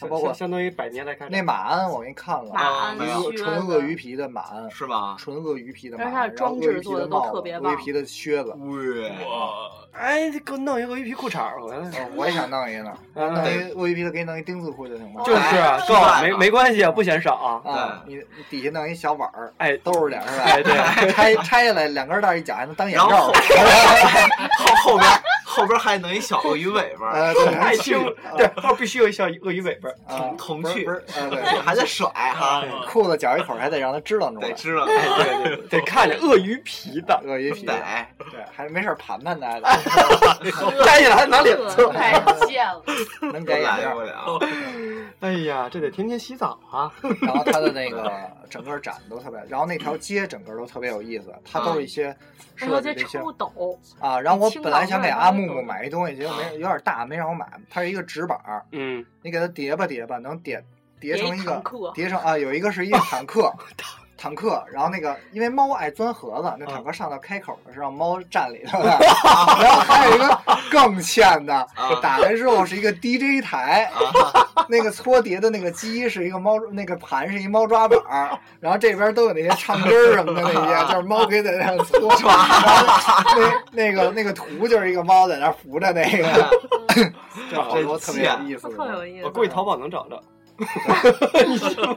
D: 相
C: 包括
D: 相当于百年来看
C: 那马鞍我给你看了，
H: 马鞍啊
A: 没
C: 鹅
A: 有
H: 靴
C: 啊纯
H: 子
C: 鳄鱼皮的马鞍，
A: 是吧？
C: 纯鳄鱼皮的马
H: 但
C: 鞍，
H: 是它的
C: 然后
H: 装
C: 鳄鱼
H: 置
C: 皮
H: 做
C: 的
H: 得都
C: 帽
H: 特
C: 子
H: 别
C: 鳄鱼
H: 棒
C: 皮的靴子。
A: 喂，
E: 哇，
D: 哎，给我弄一个鳄鱼皮裤衩儿回来。
C: 嗯我也想弄一个呢，弄
D: 嗯，
C: 一鳄鱼皮的，给你弄一丁字裤就行了。
D: 就是啊
C: 哎
A: 是吧
D: 够没没关系啊，不嫌少啊。
A: 哦哎
C: 啊，你你底下弄一小碗儿，
D: 哎，
C: 兜着脸上
D: 哎 (laughs)
C: 来，
D: 对，
C: 拆拆下来两根儿带一脚还能当眼
A: 然后
C: 罩
A: 后
C: 儿。
A: 后哦后边后边还弄一小鳄鱼尾巴，
C: 呃，对，
D: 爱听对，后必须有一小鳄鱼尾巴。
C: (laughs) 啊，
A: 童
C: 不是
A: 趣
C: 不是，
A: (laughs)
C: 呃，对，
A: 还在甩哈，
C: 裤子绞一口儿还得让他知道出
A: 得
C: 来，
A: 知道，
D: 哎，对对对，得看着鳄鱼皮 (laughs) 的，
C: (laughs) 鳄鱼皮，
A: 得。
C: 对，还没事儿盘盘他，
A: (laughs)
D: 摘下来还拿脸
H: 特 (laughs)
D: 蹭。
F: 太贱了，
C: 能
A: 都
C: 改眼
A: 来
C: 镜
A: 不
C: 儿。
A: 了，
D: 哎呀，这得天天洗澡啊。
C: 然后它的那个整个展都特别，然后那条街整个都特别有意思，它
A: 嗯
C: 都是一些
H: 那
C: 设
H: 条
C: 计
H: 街
C: 的一些
H: 超陡，
C: 啊。然后我
H: 青岛
C: 本来想给
H: 那儿
C: 阿
H: 都
C: 木
H: 有
C: 木买一东西，结果没
H: 啊
C: 有点大，没让我买。它是一个纸板儿，
D: 嗯，
C: 你给它叠吧叠吧，能叠叠
H: 别
C: 成一个
H: 坦克
C: 叠成啊，有一个是一
H: 哦
C: 个坦
H: (laughs)
C: 克。坦克，然后那个因为猫爱钻盒子，那
H: 嗯
C: 坦克上到开口是让猫站里头的。
H: 啊
C: 然后还有一个更欠的，打开之后是一个 DJ 台，那个搓碟的那个机是一个猫，那个盘是一猫抓板儿，然后这边都有那些唱歌儿什么的那些，就是猫可以在那上
H: (laughs)
C: 搓，然后那那个那个图就是一个猫在那扶着那个，就好多特别有意思
H: 特
C: 的。
H: 有意
D: 我
H: 思。
D: 估计淘宝能找着。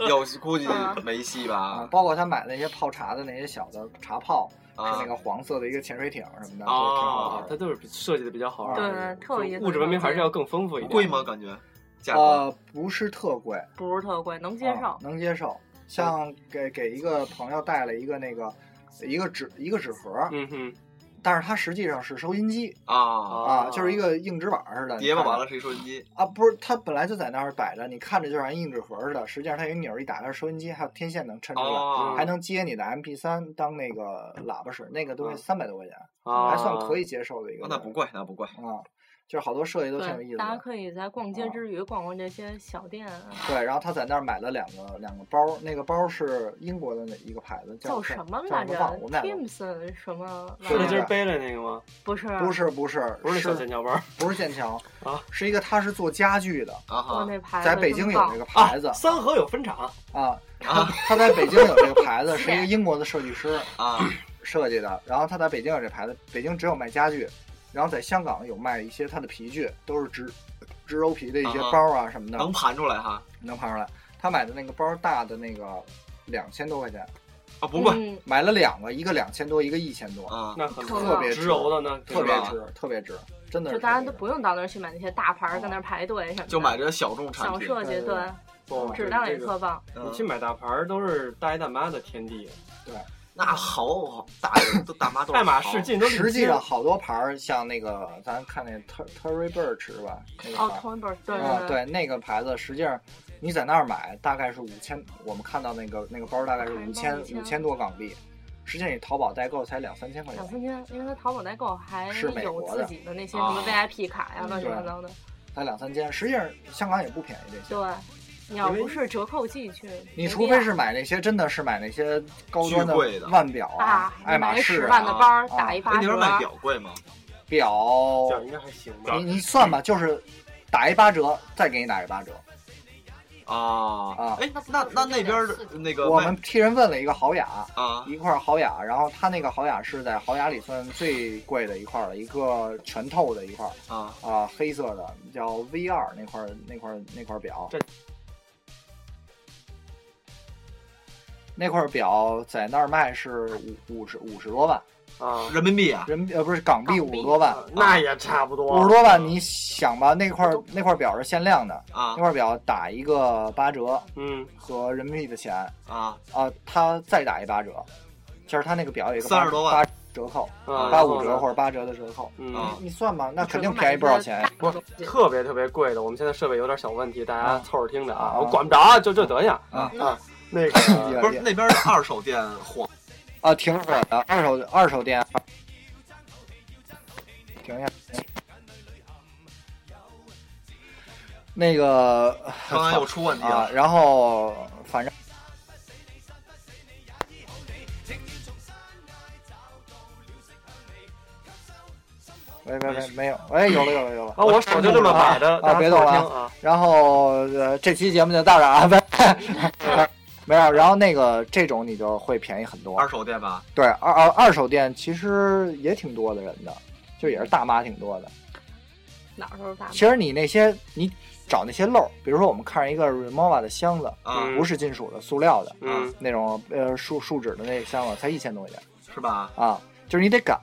A: 有估计没戏
C: 啊
A: 吧，？
C: 包括他买那些泡茶的那些小的茶泡，是
A: 啊
C: 那个黄色的一个潜水艇什么的，都挺好
D: 啊
C: 玩，
D: 它
C: 的。
D: 都是比设计的比较好玩
H: 对
D: 儿，
H: 嗯对，特有意思。
D: 物质文明还是要更丰富一
A: 不
D: 点。
A: 贵吗？感觉价格
C: 呃，不是特贵，
H: 不是特贵，能接
C: 啊
H: 受。
C: 能接受。像给给一个朋友带了一个那个一个纸一个纸盒，
D: 嗯哼，
C: 但是它实际上是收音机
A: 啊，
C: 啊，就是一个硬纸板似的。
A: 叠吧完
C: 了
A: 了是一收音机，
C: 啊，不是，它本来就在那儿摆着，你看着就像硬纸盒似的，实际上它有钮儿一打开，收音机还有天线能抻出来，
A: 哦，
C: 还能接你的 MP 三当那个喇叭使，那个东西三百多块钱，
D: 啊，
C: 还算可以接受的一个
A: 哦
C: 东西。
A: 那不贵，那不贵，
C: 啊，就是好多设计都挺有意
H: 对，
C: 思
H: 大家
C: 的。
H: 可以在逛街
C: 啊
H: 之余逛逛这些小店啊。
C: 对，然后他在那儿买了两个两个包，那个包是英国的那一个牌子，叫
H: 叫什么
C: 叫
H: 来
C: 什么
H: 着
C: 忘了我们俩都
H: ？Timson 什么
C: 是那
D: 那
H: 玩意
D: 就
C: 件
H: 儿？
D: 是背了那个吗？
H: 不是，
C: 不，是不是
D: 不是那小剑桥包儿
C: 不是剑桥
D: 啊，
C: 是一个他是做家具的，
A: 啊
H: 我
A: 哈，
H: 那牌子
C: 在北京有那
H: 真
C: 个
D: 啊
C: 牌子，
D: 三河有分厂，
C: 啊，他他在北京有这个牌子，是一个英国的设计师
A: 啊，
C: 设计的，然后他在北京有这牌子，北京只有卖家具，然后在香港有卖一些他的皮具，都是植植鞣皮的一些
A: 啊哈
C: 包啊什么的，
A: 能盘出来哈，
C: 能盘出来。他买的那个包大的那个两千多块钱，
A: 啊不
H: 棒。
A: 贵
H: 嗯，
C: 买了两个，一个两千多，一个一千多，
A: 啊，
D: 那很
H: 特
C: 特别
D: 直柔的呢，
C: 特别
A: 是吧
C: 值，特别值，真的
H: 就
C: 特别值。
H: 是大家都不用到那儿去买那些大牌儿，跟那
C: 哦
H: 儿排队什么的。
A: 就买这小众产
H: 小
A: 品，
H: 设计，
C: 对对
H: 对，
D: 不
H: 质量也
D: 这个
H: 特棒。
A: 嗯
D: 你去买大牌儿都是大爷大妈的天地，啊
A: 那好大都大妈都是
D: (laughs) 爱马
A: 好
D: 仕进都是
C: 实际
D: 街
C: 上好多牌儿，像那个咱看那 Ter- Terry Birch 是吧？那个牌
H: 哦
C: 儿
H: ，Tony b i r
C: 啊，
H: 对
C: 对，那个牌子实际上你在那儿买大概是五千，我们看到那个那个包大概是五千
H: 看着
C: 五
H: 5000
C: 千多港币，实际上你淘宝代购才两三千块
H: 两
C: 钱，
H: 三千，因为它淘宝代购还
C: 是美
H: 有
C: 国的
H: 自己的那些什么
A: 啊
H: VIP 卡呀，乱七
C: 对
H: 八糟的。
C: 才两三千，实际上香港也不便宜这些。
H: 对，你要
D: 因为
H: 不是折扣季去，
C: 你
H: 没
C: 除
H: 必要
C: 非是买那些真的是买那些高
A: 巨
C: 端
A: 贵的
C: 腕表啊
H: 啊，，
C: 爱马
H: 买个
C: 仕
H: 十
C: 啊
H: 万的包儿
C: 啊
H: 打一
A: 哎，
H: 八
A: 你
H: 折
A: 说，卖表贵吗？
C: 表，
D: 角应该还行吧
C: 你。你算
A: 嗯
C: 吧，就是打一八折，再给你打一八折。
A: 啊
C: 啊
A: 哎，那那那边儿那个
C: 我
A: 卖
C: 们替人问了一个好雅，
A: 啊
C: 一块豪雅，然后它那个豪雅是在豪雅里算最贵的一块了，一个全透的一块。
A: 啊
C: 啊、黑色的叫 V 二那块儿那块儿那块儿表
D: 这，
C: 那块儿表在那儿卖是五五十五十多万
D: 啊，
A: 人民币啊
C: 人民呃不是港币
H: 港
C: 五
H: 币
C: 十多万，
D: 那也差不
C: 五十
D: 多。
C: 多万你想吧，那块儿那块儿表是限量的，那
A: 啊
C: 块儿表打一个八折
D: 嗯，
C: 和人民币的钱
A: 啊
C: 啊，它再打一八折，就是它那个表有一个
A: 三
C: 八
A: 十多万
C: 八折扣，
D: 啊
C: 八五折或
D: 后
C: 者八折的折扣，
D: 嗯
A: 啊
C: 你算吧，那
H: 你只
C: 肯定
H: 能
C: 便
H: 买
C: 宜
H: 一
C: 不少
H: 个
C: 钱
H: 大。
D: 不
H: 的东西
D: 特别特别贵的，我们现在设备有点小问题，大家
C: 啊
D: 凑合听着啊
C: 啊，
D: 我管不着啊，就就德行
C: 啊
D: 啊。那
C: 呃
D: 个
A: 不是那边儿的二手店火
C: 啊，挺火的，二手二手店。停一下。那个
A: 刚才又出问题
C: 啊，
A: 了
C: 然后反正喂喂喂，没有，哎，有了有了有了
D: 啊，我手就这么摆着，大
C: 啊，
D: 家
C: 别
D: 凑
C: 动
D: 合
C: 了
D: 听
C: 啊。
D: 啊。
C: 然后呃，这期节目就到这儿啊，拜 (laughs) 拜。没有，然后那个这种你就会便宜很多。
A: 二手店吧，
C: 对，二二二手店其实也挺多的人的，就也是大妈挺多的。
H: 哪儿都是大的。
C: 其实你那些你找那些漏儿，比如说我们看上一个 Remova 的箱子，
A: 啊
D: 嗯
C: 不是金属的，塑料的，
D: 嗯
C: 那种呃树树脂的那个箱子，才一千多块钱
A: 是吧？
C: 啊，就是你得赶。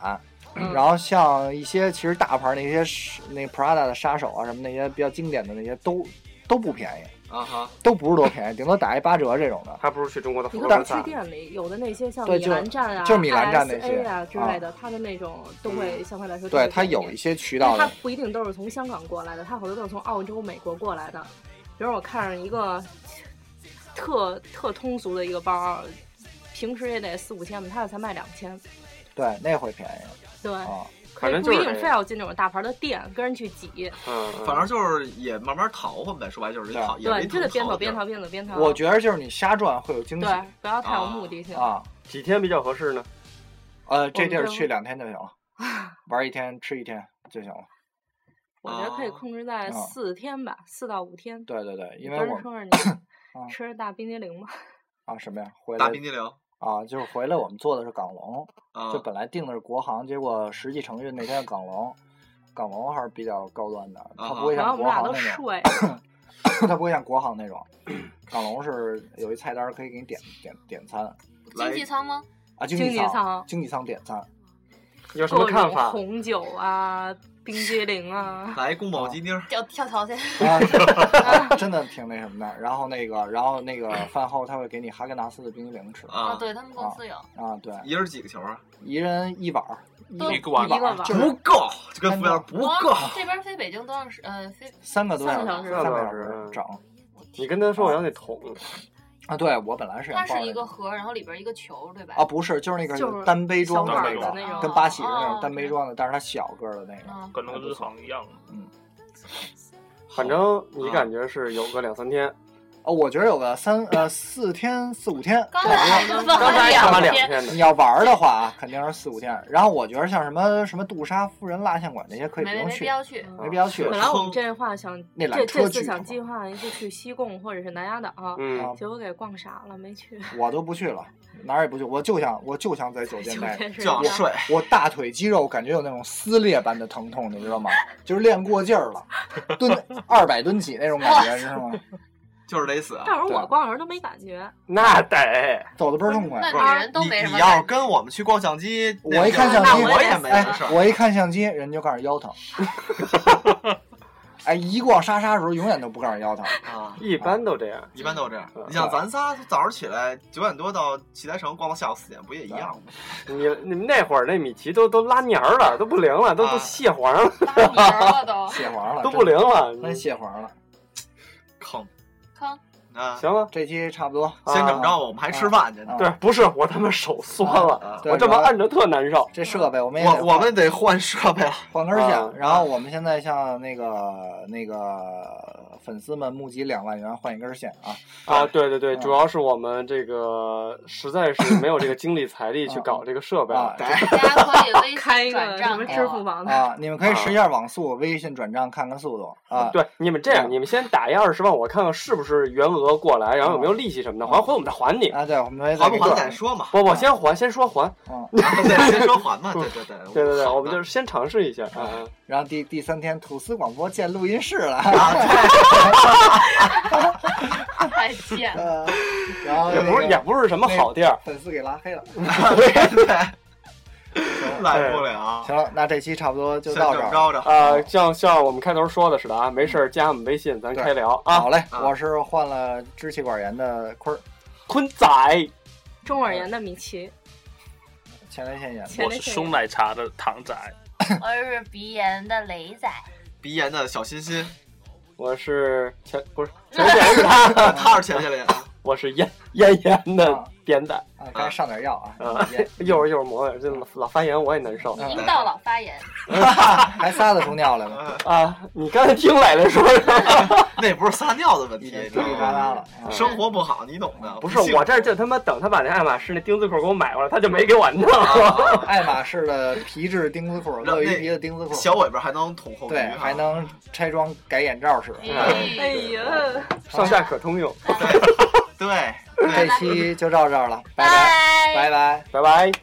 H: 嗯
C: 然后像一些其实大牌儿那些是那 Prada 的杀手啊什么那些比较经典的那些都都不便宜，
A: 啊哈，
C: 都不是多便宜，顶多打一八折这种的。
D: 还不如去中国的
H: 你
D: 服
H: 看
D: 装
H: 我去
D: 赛。
H: 店里有的那些像
C: 对
H: 米
C: 就
H: 兰站啊、
C: 就是米兰站那些嗯
H: ISA 啊之类的，它的那种都会相对来说
C: 对，它有一
H: 一
C: 些渠
H: 因为
C: 道
H: 它
C: 的，
H: 不一定都是从香港过来的，它好多都是从澳洲、美国过来的。比如我看上一个特特通俗的一个包，平时也得四五千吧，它才卖两千。
C: 对，那会便宜
H: 对，
C: 啊。
H: 可
D: 反
H: 以
D: 正
H: 不
D: 就是
H: 一定
D: 这
H: 非
D: 样
H: 要进那种大牌的店跟人去挤，
D: 嗯，嗯
A: 反正就是也慢慢淘换呗，说白就是也
C: 对
A: 淘，也
H: 对，
A: 没
H: 你就得
A: 特
H: 边
A: 淘的地儿
H: 走边淘，边走边淘。
C: 我觉得就是你瞎转会有惊喜
H: 对，不要太有目的性。
C: 啊。
D: 几天比较合适呢？
C: 呃，这地
H: 我
C: 儿
H: 们就
D: (laughs)
C: 去两天就行了，玩一天吃一天就行了。
H: 我觉得可以
A: 啊
H: 控制在
C: 啊
H: 四天吧，四到五天。
C: 对对对，因为
H: 不
C: 我啊
H: 是
C: 们 (clears throat)
H: 说是你吃大冰激凌吗？
C: 啊什么呀，回来
A: 大冰激凌
C: 啊，就是回来我们坐的是港龙，
A: 啊
C: 就，本来定的是国航，结果实际承运那天是港龙，港龙还是比较高端
A: 啊
C: 的，它不会
H: 然
C: 像
H: 后我们
C: 国
H: 俩
C: 航
H: 都
C: 那种，
H: 睡，
C: 它不会像国航那种，港龙是有一菜单可以给你点点点餐
F: 经济
A: 来
F: 舱吗？
C: 啊，经
H: 经
C: 济
H: 济
C: 舱
H: 舱
C: 经济舱点餐，
D: 有什么
H: 各
D: 看
H: 种
D: 法？
H: 红酒啊，冰激凌
E: (laughs)
H: 啊，
A: 来宫保鸡丁儿，
F: 跳跳槽去。
C: (laughs) 啊， (laughs) 真的挺那什么的。然后那个，然后 (laughs) 那个饭后他会给你哈根达斯的冰激凌吃
A: 啊，
F: 哦对他们公司有。
C: 啊，对，
A: 一人几个球啊？
C: 一人一碗儿，
E: 一个碗
C: 一碗
H: 一
C: 儿
H: 个碗
C: 就是
A: 够，这跟服务员不
F: 我
A: 够。
F: 这边飞北京多长时？呃，飞
C: 三个多
H: 三个
C: 小
H: 小
C: 时，
H: 时
C: 三个小
D: 三个小
C: 时嗯
D: 时
C: 整
D: 你跟他说我要那桶，
C: 啊。对我本来是想
F: 它
C: 报
F: 是一
C: 那
F: 个盒，然后里边一个球，对吧？
C: 啊，不是，就是那
H: 就
C: 个
H: 是
C: 单杯装的
H: 小碗
C: 那
H: 儿的
C: 个，
H: 那种啊
C: 跟八喜的那种
F: 哦
C: 单杯装的，但是它小个儿的那个。
F: 嗯，
E: 跟那个日航一样。
D: 反正你感觉是有个两三天，
C: 啊，我觉得有个三呃四天四五天，
F: 刚
C: 差不多
F: 才问
D: 刚
F: 了
D: 才他妈两
F: 天， (laughs)
D: 天呢
C: 你。要玩儿的话啊，肯定是四五天。然后我觉得像什么什么杜莎夫人蜡像馆那些可以不
F: 没没
C: 用
F: 没必
C: 去，
F: 要去。
C: 没必要
A: 嗯
C: 去。
H: 本来我们这话想
C: 那缆
H: 这
C: 车
H: 这次
C: 巨
H: 想
C: 好
H: 计划是去西贡或者是南丫岛，
D: 嗯，
H: 结果给逛傻了，没去。
C: 我都不去了，哪儿也不去，我就想我就想在酒店
H: 酒
C: 待着。
H: 店睡
A: 就想
H: 觉
A: 睡，
C: 我大腿肌肉感觉有那种撕裂般的疼痛，你知道吗？就是练过劲儿了，蹲二百吨起那种感觉，知道吗？
A: 就是得
E: 啊
A: 死。
H: 到时候
C: 对啊
H: 我逛的时候都没感觉，
D: 那得
C: 走的倍儿痛快。
F: 那
A: 不
F: 女
A: 是
F: 人都
A: 你
F: 没什么
A: 你要是
F: 感觉
A: 跟我们去逛相机，
C: 我一看
A: 那
C: 相机哎
A: 我也没这事儿。
C: 我一看相机，人就告诉腰疼。 (laughs) 哎，一逛莎莎的时候，永远都不告诉腰疼。
A: 啊，
D: 一般都这样。
A: 一般都这样
D: 嗯。
A: 你像咱仨早上起来九点多到齐台城逛到下午四点，不也一样吗？
D: 你你们那会儿那米奇都都拉黏儿了，都不灵了，都
A: 啊
D: 都蟹黄了，
F: 拉泥儿了都。
C: 蟹黄了，
D: 都不灵了。
C: 真，真蟹黄了。
A: 坑
F: 坑
A: 啊！
D: 行了，
C: 这期差不多，
A: 先这么着，哦我们还吃饭去呢
C: 啊。
D: 对，不是我他妈手酸了，
A: 啊
C: 对
D: 我这么按着特难受。
C: 这设备我们也得
A: 我我们得换设备了。
C: (laughs)
A: 嗯
C: 换根
D: 啊
C: 线。然后我们现在向那个那个粉丝们募集两万元换一根线啊。
D: 啊，对对对，
C: 嗯
D: 主要是我们这个实在是没有这个精力财力去搞这个设备了
C: 啊。
A: 得
F: 大家
C: (laughs)
F: 可以微信
H: 开一个
F: 转
H: 什
F: 账
H: 么
F: 给
H: 支
F: 我
H: 付宝的，
C: 啊，你们可以实现网速，微信转账看看速度啊。
D: 对，你们这样，
C: 嗯
D: 你们先打一二十万，我看看是不是原额过来，然后有没有利息什么的，还回我们再还你。
C: 啊，对，我们可以再
A: 还不
C: 给
A: 还
C: 各
A: 再说嘛，
D: 不不，先还，先说还。 (laughs)
C: 嗯，
A: 对，先说还嘛，对对对，
D: 对对对，
A: 好的
D: 我们就是先尝试一下啊。啊
C: 然后第第三天吐司广播建录音
A: (laughs)
C: 室了，啊
H: (laughs)
F: 太贱了。
C: 呃然后
D: 嗯也不是也
C: 那个
D: 不是什么好地儿，
C: 粉丝给拉黑了。
A: 对对，来不了，
C: 行了，那这期差不多就
A: 先
C: 到
A: 这
C: 这
A: 么
C: 儿。
A: 着着
D: 啊，像像我们开头说的似的啊，没事儿加我们微信，咱
C: 对
D: 开聊啊。
C: 好嘞，
A: 啊
C: 我是患了支气管炎的坤儿，
D: 坤仔，
H: 中耳炎的米奇，
C: 前列腺炎的。
H: 前
E: 我
H: 列
E: 是
H: 腺
E: 胸
H: 炎
E: 奶茶的糖仔，
F: 我是鼻炎的雷仔，
A: 鼻炎的小心心，
D: 我是前不是前列腺是他，
A: 他是前前脸，
D: 我是咽咽炎的点仔
C: 啊，该上点药啊，
D: 啊
C: 也，
D: 一会儿一会儿磨的，这老老发炎我也难受
C: 嗯
F: 阴道老发炎，
C: 还撒得出尿来吗？
D: 啊。你刚才听奶
A: (laughs)
D: 奶说的，
A: 那不是撒尿的问
C: 一
A: 题，
C: 点
A: 你
C: 滴
A: 知道
C: 滴答答
A: 吗？
C: 了。啊
A: 生活不好，你懂的。
D: 不是我这儿就他妈等他把那爱马仕那钉子裤给我买过来，他就没给我弄。
C: 啊
A: 啊
C: 爱马仕的皮质钉子裤，
A: 让
C: 鳄鱼
A: 那
C: 皮的钉子裤，
A: 小尾巴还能捅后
C: 对，还能拆装改眼罩使。
D: 哎
H: 哎呀，
D: (laughs) 上下可通用，
A: 对
C: (laughs) 这
A: 对，
C: 期就到这儿了，拜拜，
F: 拜
C: 拜拜。
D: 拜拜。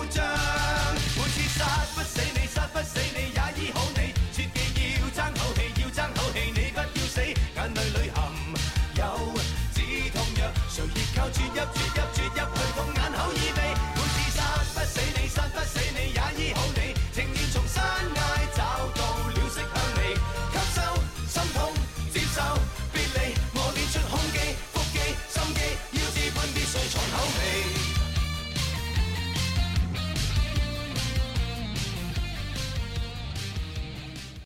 J: Hãy subscribe cho kênh Ghiền Mì Gõ Để không bỏ lỡ 靠，注入注入。